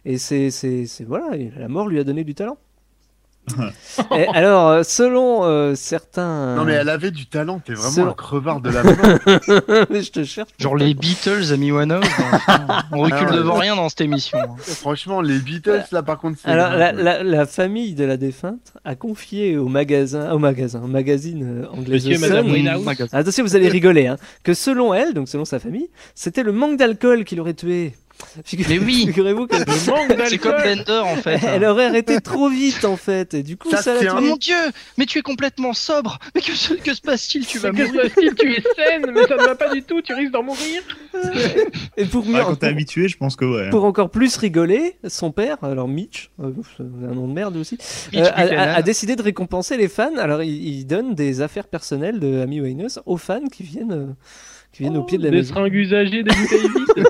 Speaker 2: Et c'est, c'est, c'est voilà, et la mort lui a donné du talent. Et alors, euh, selon euh, certains,
Speaker 15: Non, mais elle avait du talent, t'es vraiment
Speaker 2: Selon-
Speaker 15: un crevard de la
Speaker 2: Mais je te cherche.
Speaker 4: Genre les Beatles, Amy Winehouse.
Speaker 3: Ah
Speaker 4: enfin, on recule
Speaker 15: Alors,
Speaker 4: devant
Speaker 15: euh,
Speaker 4: rien dans cette émission. hein.
Speaker 15: Franchement, les Beatles, là, par contre, c'est.
Speaker 2: Alors, la, la- la famille de la défunte a confié au magasin, au magasin, au magazine euh, anglais
Speaker 9: Monsieur
Speaker 2: The
Speaker 9: et Madame
Speaker 2: Sun-
Speaker 9: Winehouse.
Speaker 2: Magasin. Attention, vous allez rigoler, hein, que selon elle, donc selon sa famille, c'était le manque d'alcool qui l'aurait tué.
Speaker 4: Mais oui.
Speaker 2: Figurez-vous que
Speaker 4: Le manque d'alcool. C'est comme Bender, en fait.
Speaker 2: Elle aurait arrêté trop vite en fait, et du coup ça,
Speaker 4: Ça,
Speaker 2: l'a
Speaker 4: c'est un-
Speaker 2: tuée.
Speaker 4: Mon dieu, mais tu es complètement sobre. Mais que se, que se passe-t-il Tu vas
Speaker 9: Que se
Speaker 4: mourir.
Speaker 9: passe-t-il Tu es saine, mais ça ne va pas du tout, tu risques d'en mourir
Speaker 2: Et pour mieux,
Speaker 1: Ouais, Ah, quand euh, t'es habitué, je pense que ouais.
Speaker 2: pour encore plus rigoler, son père, alors Mitch, euh, c'est un nom de merde aussi,
Speaker 1: Mitch
Speaker 2: euh, a,
Speaker 1: Buchanan.
Speaker 4: hein.
Speaker 2: a- a décidé de récompenser les fans. Alors il, il donne des affaires personnelles de Amy Winehouse aux fans qui viennent, euh, qui viennent au pied de
Speaker 4: Oh,
Speaker 2: la
Speaker 9: Des
Speaker 2: maison.
Speaker 9: seringues usagées, des bouteilles vides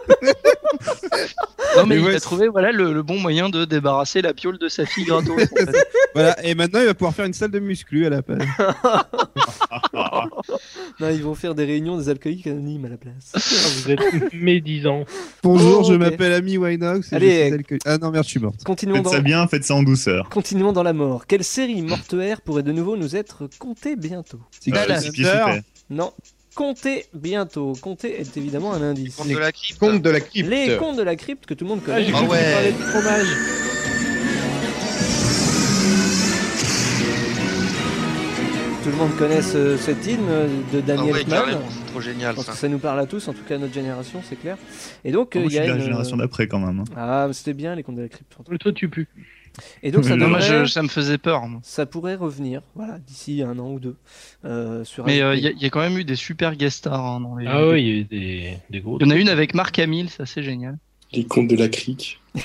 Speaker 4: Non, mais,
Speaker 3: Mais
Speaker 4: il
Speaker 3: ouais,
Speaker 4: a
Speaker 3: c'est-
Speaker 4: trouvé voilà, le, le bon moyen de débarrasser la piole de sa fille gratos. en fait.
Speaker 3: Voilà, et maintenant il va pouvoir faire une salle de muscu à la place.
Speaker 2: Non, ils vont faire des réunions des alcooliques anonymes à la place.
Speaker 9: Vous êtes médisants.
Speaker 3: Bonjour,
Speaker 2: Oh,
Speaker 3: je
Speaker 2: ok.
Speaker 3: m'appelle Amy Winehouse. et
Speaker 2: Allez,
Speaker 3: je suis celle que- Ah non, merde, je suis morte.
Speaker 2: Continuons
Speaker 1: Faites
Speaker 2: dans...
Speaker 1: ça bien, faites ça en douceur.
Speaker 2: Continuons dans la mort. Quelle série mortuaire pourrait de nouveau nous être contée bientôt
Speaker 1: Six Euh, Dallas. Six Pieds Sous Terre.
Speaker 2: Non, comptée bientôt. Comptée est évidemment un indice.
Speaker 11: Contes de la crypte. Contes de la crypte.
Speaker 2: Les contes de la crypte que tout le monde
Speaker 11: Ah,
Speaker 2: connaît.
Speaker 11: j'ai cru que tu parlais de fromage.
Speaker 2: Tout le monde connaît ce, ce film euh, de Daniel
Speaker 10: Ah ouais,
Speaker 2: Elfman.
Speaker 10: carrément, c'est trop génial,
Speaker 2: Je pense
Speaker 10: ça.
Speaker 2: que ça nous parle à tous, en tout cas à notre génération, c'est clair. Et donc,
Speaker 1: Moi,
Speaker 2: euh,
Speaker 1: je suis
Speaker 2: il y a
Speaker 1: de la
Speaker 2: une-
Speaker 1: génération d'après quand même. hein.
Speaker 2: Ah, mais c'était bien les contes de la crypte. en tout cas.
Speaker 9: Toi, tu pues.
Speaker 2: Et donc, ça,
Speaker 4: Non, moi,
Speaker 2: devrait-
Speaker 4: je- ça me faisait peur. moi.
Speaker 2: ça pourrait revenir, voilà, d'ici un an ou deux. euh, sur
Speaker 4: Mais
Speaker 2: un-
Speaker 4: euh, il y, a- il y a quand même eu des super guest stars. hein, dans les-
Speaker 9: Ah oui, il y a eu des, des gros.
Speaker 4: Il y en a une avec Marc Hamill, ça c'est génial.
Speaker 7: Les contes de la crique.
Speaker 4: Les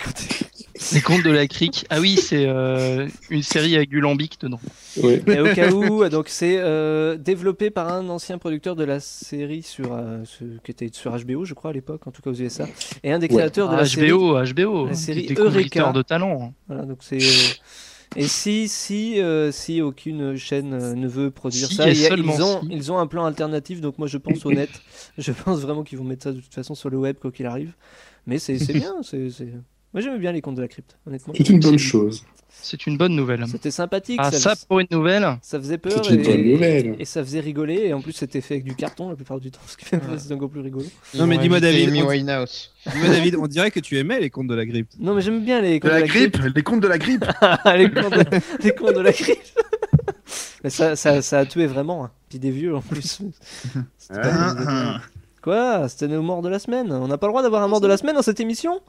Speaker 4: contes de la crique. Ah oui, c'est euh, une série avec du lambic dedans.
Speaker 2: Et au cas où, donc c'est euh, développé par un ancien producteur de la série sur euh, ce, qui était sur HBO, je crois à l'époque, en tout cas aux USA, et un des
Speaker 4: Ouais.
Speaker 2: créateurs de
Speaker 4: Ah,
Speaker 2: la
Speaker 4: HBO,
Speaker 2: série
Speaker 4: HBO,
Speaker 2: la
Speaker 4: qui
Speaker 2: série
Speaker 4: était
Speaker 2: Eureka
Speaker 4: compositeur de talent.
Speaker 2: Voilà, donc c'est euh, et si si euh, si aucune chaîne euh, ne veut produire
Speaker 4: Si,
Speaker 2: ça,
Speaker 4: et
Speaker 2: il y a-
Speaker 4: seulement
Speaker 2: ils ont
Speaker 4: si.
Speaker 2: ils ont un plan alternatif. Donc moi je pense au net, je pense vraiment qu'ils vont mettre ça de toute façon sur le web quoi qu'il arrive. Mais c'est c'est bien, c'est c'est- Moi j'aime bien les contes de la crypte, honnêtement.
Speaker 7: C'est une bonne chose.
Speaker 4: C'est une bonne nouvelle.
Speaker 2: C'était sympathique.
Speaker 4: Ah, ça,
Speaker 2: fais-
Speaker 4: pour une nouvelle
Speaker 2: Ça faisait peur.
Speaker 4: C'est une
Speaker 2: et...
Speaker 4: bonne nouvelle.
Speaker 2: Et ça faisait rigoler. Et en plus, c'était fait avec du carton la plupart du temps, ce qui fait c'est encore plus rigolo.
Speaker 12: Non, mais dis-moi, David.
Speaker 11: Amy
Speaker 12: on-
Speaker 11: Winehouse.
Speaker 12: Dis-moi, David, on dirait que tu aimais les contes de la grippe.
Speaker 2: Non, mais j'aime bien les contes de,
Speaker 12: les contes de la grippe.
Speaker 2: les, contes de... les contes de la crypte. mais ça, ça, ça a tué vraiment. hein. Puis des vieux en plus. C'était pas
Speaker 1: Ah,
Speaker 2: des-
Speaker 1: ah.
Speaker 2: Quoi C'était nos morts de la semaine. On n'a pas le droit d'avoir un mort de la semaine dans cette émission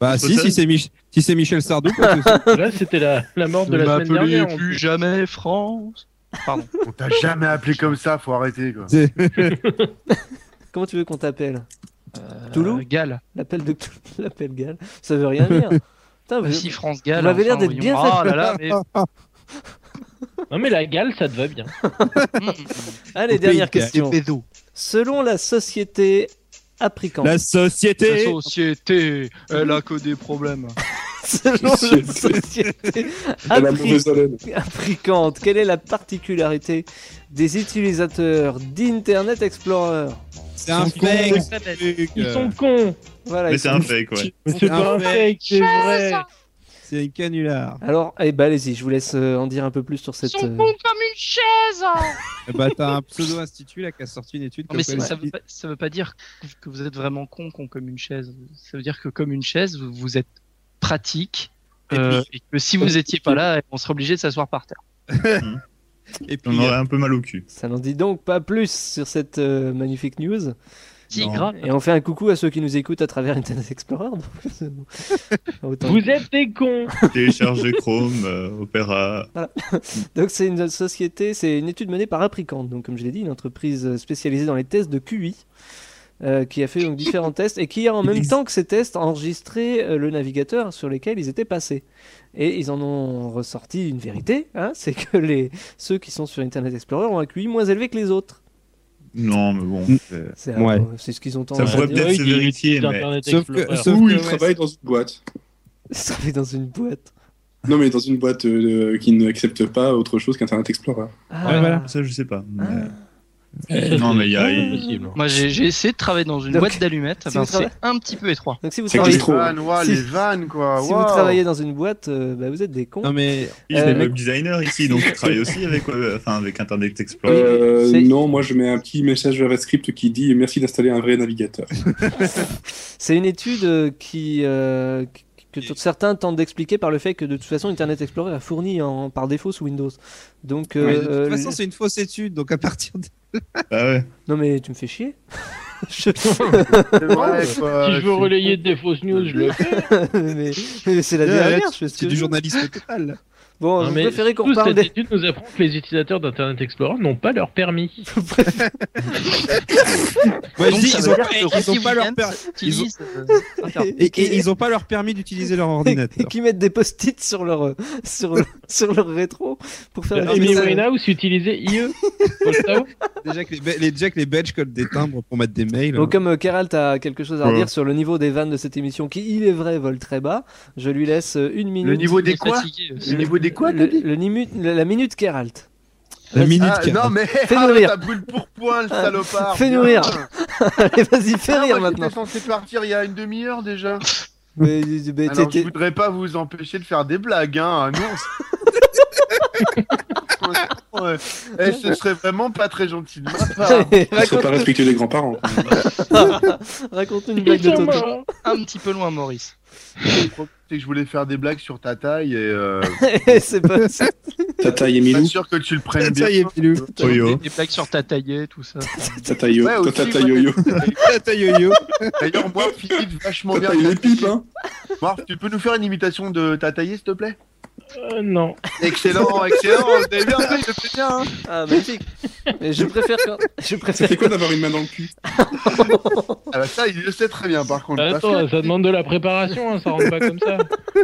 Speaker 12: Bah, si, si c'est Mich- si c'est Michel Sardou.
Speaker 9: Là, c'était la, la mort de la semaine dernière. on-
Speaker 4: plus jamais France. Pardon.
Speaker 15: On t'a jamais appelé comme ça, faut arrêter quoi.
Speaker 2: Comment tu veux qu'on t'appelle
Speaker 4: Toulouse Galles.
Speaker 2: L'appel de l'appel Galles, ça veut rien dire. Putain,
Speaker 4: Bah
Speaker 2: vous-
Speaker 4: si, France Galles,
Speaker 2: Vous avez l'air
Speaker 4: enfin,
Speaker 2: d'être bien
Speaker 4: voyons. Ah
Speaker 2: fatigué.
Speaker 4: là là, mais-
Speaker 9: Non, mais la gale, ça te va bien.
Speaker 2: Allez,
Speaker 9: Au
Speaker 2: dernière
Speaker 9: pays de
Speaker 2: question.
Speaker 9: Galles. Pédo.
Speaker 2: Selon la société Apricante.
Speaker 12: La société.
Speaker 4: La société, elle a que des problèmes.
Speaker 2: Selon la société
Speaker 4: Elle a
Speaker 2: Apri-
Speaker 4: mauvaise haleine.
Speaker 2: Apricante, quelle est la particularité des utilisateurs d'Internet Explorer
Speaker 12: C'est un fake.
Speaker 3: Euh,
Speaker 9: Ils sont cons.
Speaker 2: Voilà,
Speaker 1: Mais
Speaker 2: ils
Speaker 1: c'est
Speaker 2: sont-
Speaker 1: un fake, ouais.
Speaker 9: Mais c'est pas un fake, c'est vrai.
Speaker 12: C'est une canular.
Speaker 2: Alors, eh ben, allez-y, je vous laisse euh, en dire un peu plus sur cette. euh,
Speaker 16: comme une chaise
Speaker 12: Eh Bah, t'as un pseudo-institut là qui a sorti une étude.
Speaker 4: Non, mais c'est- ça, veut pas, ça veut pas dire que vous êtes vraiment con, con comme une chaise. Ça veut dire que comme une chaise, vous, vous êtes pratique.
Speaker 1: Et
Speaker 4: euh,
Speaker 1: puis-
Speaker 4: et que si vous étiez pas là, on serait obligé de s'asseoir par terre.
Speaker 12: Et euh,
Speaker 1: On aurait un peu mal au cul.
Speaker 2: Ça n'en dit donc pas plus sur cette euh, magnifique news.
Speaker 4: Si, Non. grave.
Speaker 2: Et on fait un coucou à ceux qui nous écoutent à travers Internet Explorer. donc, c'est bon. Autant-
Speaker 9: Vous êtes des cons.
Speaker 1: Télécharger Chrome, euh, Opera.
Speaker 2: Voilà. Donc c'est une société, c'est une étude menée par Apricant, donc comme je l'ai dit, une entreprise spécialisée dans les tests de QI, euh, qui a fait donc différents tests et qui a en même temps que ces tests enregistré euh, le navigateur sur lesquels ils étaient passés. Et ils en ont ressorti une vérité, hein, c'est que les ceux qui sont sur Internet Explorer ont un QI moins élevé que les autres.
Speaker 1: Non, mais bon. c'est-
Speaker 2: C'est
Speaker 1: Ouais.
Speaker 2: c'est ce qu'ils ont
Speaker 1: Ça
Speaker 2: tendance à
Speaker 1: pourrait
Speaker 2: dire.
Speaker 9: Ah,
Speaker 1: peut-être se vérifier, mais.
Speaker 7: Sauf que, Ou il travaille dans une boîte.
Speaker 2: Il travaille dans une boîte.
Speaker 7: Non, mais dans une boîte euh, qui n'accepte pas autre chose qu'Internet Explorer.
Speaker 2: Ah. Ouais, voilà.
Speaker 1: Ça, je sais pas. Euh, non, mais il y
Speaker 2: Ah.
Speaker 1: a.
Speaker 4: Moi, j'ai j'ai essayé de travailler dans une
Speaker 2: Donc,
Speaker 4: boîte d'allumettes.
Speaker 2: si
Speaker 4: ben,
Speaker 2: vous
Speaker 4: c'est
Speaker 2: trava-
Speaker 4: un petit peu étroit.
Speaker 2: Donc si vous
Speaker 4: C'est
Speaker 2: travaillez,
Speaker 4: gastro, Les vannes,
Speaker 15: ouais,
Speaker 2: si,
Speaker 15: les vannes, quoi,
Speaker 2: si vous
Speaker 15: Ah, waouh.
Speaker 2: travaillez dans une boîte, euh, bah, vous êtes des cons.
Speaker 12: Non mais
Speaker 1: Il est web designer ici, donc il travaille aussi avec, euh, enfin, avec Internet Explorer.
Speaker 7: Euh, non, moi je mets un petit message JavaScript qui dit merci d'installer un vrai navigateur.
Speaker 2: C'est une étude euh, qui, euh, qui- que tout- certains tentent d'expliquer par le fait que de toute façon Internet Explorer a fourni en, par défaut sous Windows. Donc
Speaker 12: Ouais,
Speaker 2: euh,
Speaker 12: de
Speaker 2: euh,
Speaker 12: toute façon, c'est une fausse étude, donc à partir de.
Speaker 1: Ah
Speaker 2: non mais tu me fais chier. Je-
Speaker 9: vrai, quoi. Si je veux relayer des fausses news, je le
Speaker 2: mais, mais c'est la
Speaker 9: Ouais,
Speaker 2: dernière.
Speaker 9: tu-
Speaker 2: je fais ce
Speaker 9: tu
Speaker 2: que
Speaker 9: es du
Speaker 2: je veux.
Speaker 12: journalisme total.
Speaker 2: Bon, vous préférez qu'on parle
Speaker 9: Cette
Speaker 2: des...
Speaker 9: étude nous apprend que les utilisateurs d'Internet Explorer n'ont pas leur permis.
Speaker 12: Ouais, je
Speaker 9: Donc,
Speaker 12: dis,
Speaker 9: ça
Speaker 12: ils
Speaker 9: veut
Speaker 12: ont,
Speaker 9: dire
Speaker 12: eh,
Speaker 9: que
Speaker 12: ils ont
Speaker 9: Rocky
Speaker 12: pas leur
Speaker 9: Williams
Speaker 12: per- ils ont-
Speaker 9: utilise,
Speaker 4: euh,
Speaker 12: et, et ils ont pas leur permis d'utiliser leur ordinateur.
Speaker 2: Et qui mettent des post-it sur leur euh, sur le- sur leur rétro pour faire
Speaker 12: Bah,
Speaker 2: des
Speaker 9: Amy
Speaker 2: messages.
Speaker 9: Winehouse utilisait IE. Faut le savoir.
Speaker 12: Déjà que les, be- les- déjà que les badges collent des timbres pour mettre des mails. hein.
Speaker 2: Donc comme euh, Keral t'as quelque chose à
Speaker 12: Ouais.
Speaker 2: redire sur le niveau des vannes de cette émission qui il est vrai vole très bas, je lui laisse euh, une minute.
Speaker 15: niveau des quoi
Speaker 4: euh,
Speaker 15: Le niveau des quoi,
Speaker 2: Le, le nimu- la, la minute Keralt.
Speaker 12: La
Speaker 2: Vas-y.
Speaker 12: minute
Speaker 15: Ah, non mais
Speaker 2: fais-nous
Speaker 15: ah,
Speaker 2: rire.
Speaker 15: t'as brûle pour point le salopard.
Speaker 2: Fais-nous
Speaker 15: Bien.
Speaker 2: rire. Allez, vas-y, Ah, fais
Speaker 15: Ah,
Speaker 2: rire
Speaker 15: moi,
Speaker 2: maintenant.
Speaker 15: J'étais censé partir il y a une demi-heure déjà.
Speaker 2: Mais, mais
Speaker 15: Alors, Ah, je
Speaker 2: t'étais-
Speaker 15: voudrais pas vous empêcher de faire des blagues, hein, non. Ouais. Eh, ce serait vraiment pas très gentil de ma part. hein.
Speaker 2: Allez,
Speaker 7: Ce serait pas respectueux des grands-parents.
Speaker 2: Raconte-nous une blague de Toto.
Speaker 4: Un petit peu loin, Maurice.
Speaker 15: C'est que je voulais faire des blagues sur ta taille et. Euh...
Speaker 2: c'est pas.
Speaker 7: Ta taille, Emilou.
Speaker 15: Pas sûr que tu le prennes bien.
Speaker 3: Oh,
Speaker 4: Des, des plaques sur ta taillée, tout ça.
Speaker 7: Ta taille,
Speaker 15: Ouais,
Speaker 7: ta
Speaker 15: aussi,
Speaker 7: taille
Speaker 15: ouais.
Speaker 7: yo-yo.
Speaker 12: Tata yo-yo.
Speaker 15: D'ailleurs, Morph, il est vachement bien.
Speaker 7: taille les pipes, hein.
Speaker 15: Morph, tu peux nous faire une imitation de ta taillée, s'il te plaît
Speaker 9: Euh, non.
Speaker 15: Excellent, excellent. Vous avez bien fait, je fais bien. hein.
Speaker 2: Ah, magnifique. Mais je préfère quand. Je
Speaker 7: Ça
Speaker 2: préfère.
Speaker 7: fait quoi d'avoir une main dans le cul
Speaker 15: Ah bah ça, il le sait très bien, par contre. Parce
Speaker 9: Bah, Attends,
Speaker 15: que-
Speaker 9: ça demande de la préparation, hein, ça rentre pas comme ça.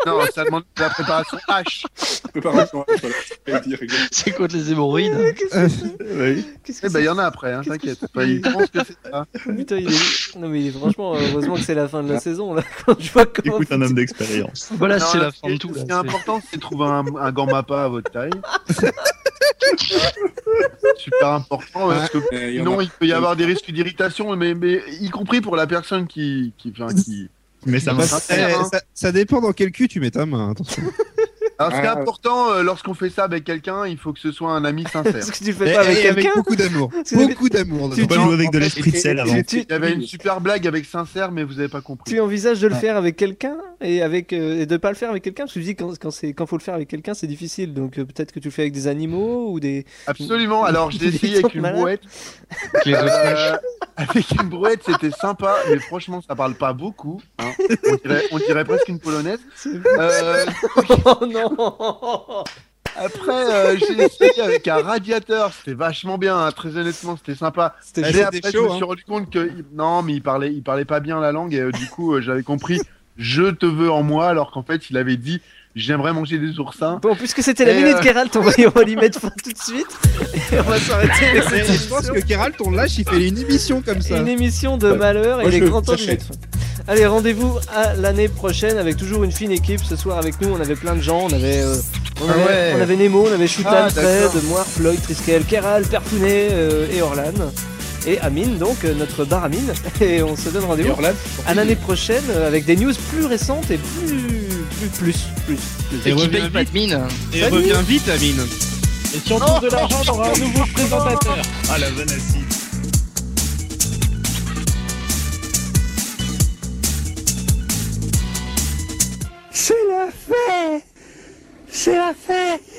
Speaker 15: Non, ça demande de la préparation H.
Speaker 7: Préparation H, voilà. ce que je voulais dire, exactement.
Speaker 4: C'est contre les hémorroïdes.
Speaker 15: Oui. Eh ben, il y en a après, hein, t'inquiète. Enfin, il pense que c'est ça.
Speaker 2: Putain, il est... Non, mais il est- franchement, heureusement que c'est la
Speaker 15: Ah.
Speaker 2: fin de la saison là. Quand je vois comment.
Speaker 1: Écoute, un homme d'expérience.
Speaker 4: Voilà,
Speaker 15: Non,
Speaker 4: c'est la
Speaker 15: ce
Speaker 4: fin
Speaker 15: qui-
Speaker 4: de tout.
Speaker 15: Ce
Speaker 4: là,
Speaker 15: qui est
Speaker 4: c'est-
Speaker 15: important, c'est de trouver un, un gant mappa à votre taille. Super important, hein, parce que
Speaker 7: Euh, il y en
Speaker 15: sinon
Speaker 7: a-
Speaker 15: il peut y avoir des risques d'irritation, mais, mais y compris pour la personne qui, qui, enfin, qui,
Speaker 1: Mais ça
Speaker 12: Bah,
Speaker 3: Parce-
Speaker 1: m'intéresse.
Speaker 3: eh,
Speaker 15: hein.
Speaker 3: ça, ça dépend dans quel cul tu mets ta main,
Speaker 12: hein.
Speaker 3: attention.
Speaker 15: Alors, ce qui est
Speaker 3: Ah.
Speaker 15: important, euh, lorsqu'on fait ça avec quelqu'un, il faut que ce soit un ami sincère.
Speaker 3: Parce que tu le fais
Speaker 15: Eh,
Speaker 3: Et- pas avec et Eh, avec quelqu'un. beaucoup d'amour. Parce que- Beaucoup d'amour, Tu- dedans. tu- Faut pas jouer avec de l'esprit de sel avant.
Speaker 15: Il y avait une super blague avec sincère, mais vous avez pas compris.
Speaker 2: Tu envisages de le
Speaker 15: Ah.
Speaker 2: faire avec quelqu'un et avec euh, et de pas le faire avec quelqu'un parce que tu dis quand quand c'est quand faut le faire avec quelqu'un c'est difficile donc euh, peut-être que tu le fais avec des animaux ou des
Speaker 15: Absolument. Alors, je l'ai
Speaker 2: des
Speaker 15: essayé avec
Speaker 2: gens
Speaker 15: une
Speaker 2: malades.
Speaker 15: brouette. Euh, avec une brouette, c'était sympa, mais franchement, ça parle pas beaucoup. hein. On, dirait, on dirait presque une polonaise. Euh,
Speaker 2: oh non
Speaker 15: Après, euh, j'ai essayé avec un radiateur, c'était vachement bien, hein, très honnêtement, c'était sympa.
Speaker 3: C'était
Speaker 15: Mais
Speaker 3: chaud,
Speaker 15: après,
Speaker 3: c'était
Speaker 15: je me
Speaker 3: chaud,
Speaker 15: suis
Speaker 3: hein.
Speaker 15: rendu compte que il- non, mais il parlait, il parlait pas bien la langue et euh, du coup, euh, j'avais compris "je te veux en moi" alors qu'en fait, il avait dit "j'aimerais manger des oursins".
Speaker 2: Bon, puisque c'était la
Speaker 15: Et,
Speaker 2: minute
Speaker 15: euh,
Speaker 2: Keralt, on va, y- on va lui mettre fin tout de suite. Et on va s'arrêter avec cette
Speaker 3: Je pense
Speaker 2: émission.
Speaker 3: que Keralt, on le lâche, il fait une émission comme ça.
Speaker 2: Une émission de malheur et
Speaker 3: Moi,
Speaker 2: il est
Speaker 3: je-
Speaker 2: grand temps de lui
Speaker 3: j'achète.
Speaker 2: mettre fin. Allez, rendez-vous à l'année prochaine avec toujours une fine équipe. Ce soir avec nous, on avait plein de gens. On avait, euh, on
Speaker 3: Ah
Speaker 2: avait,
Speaker 3: ouais.
Speaker 2: on avait Nemo, on avait Shutan,
Speaker 3: Ah,
Speaker 2: Fred,
Speaker 3: d'accord.
Speaker 2: Moir, Floyd, Triskel, Keral, Perfounet euh, et Orlan. Et Amine, donc euh, notre bar Amine. Et on se donne rendez-vous
Speaker 10: Orlan.
Speaker 2: à l'année prochaine euh, avec des news plus récentes et plus. plus. plus. plus.
Speaker 9: Et reviens vite. Et
Speaker 2: Salut.
Speaker 9: reviens vite, Amine. Et si on trouve de l'argent, on aura un nouveau présentateur.
Speaker 1: Ah la vanne acide.
Speaker 16: C'est la fête C'est la fête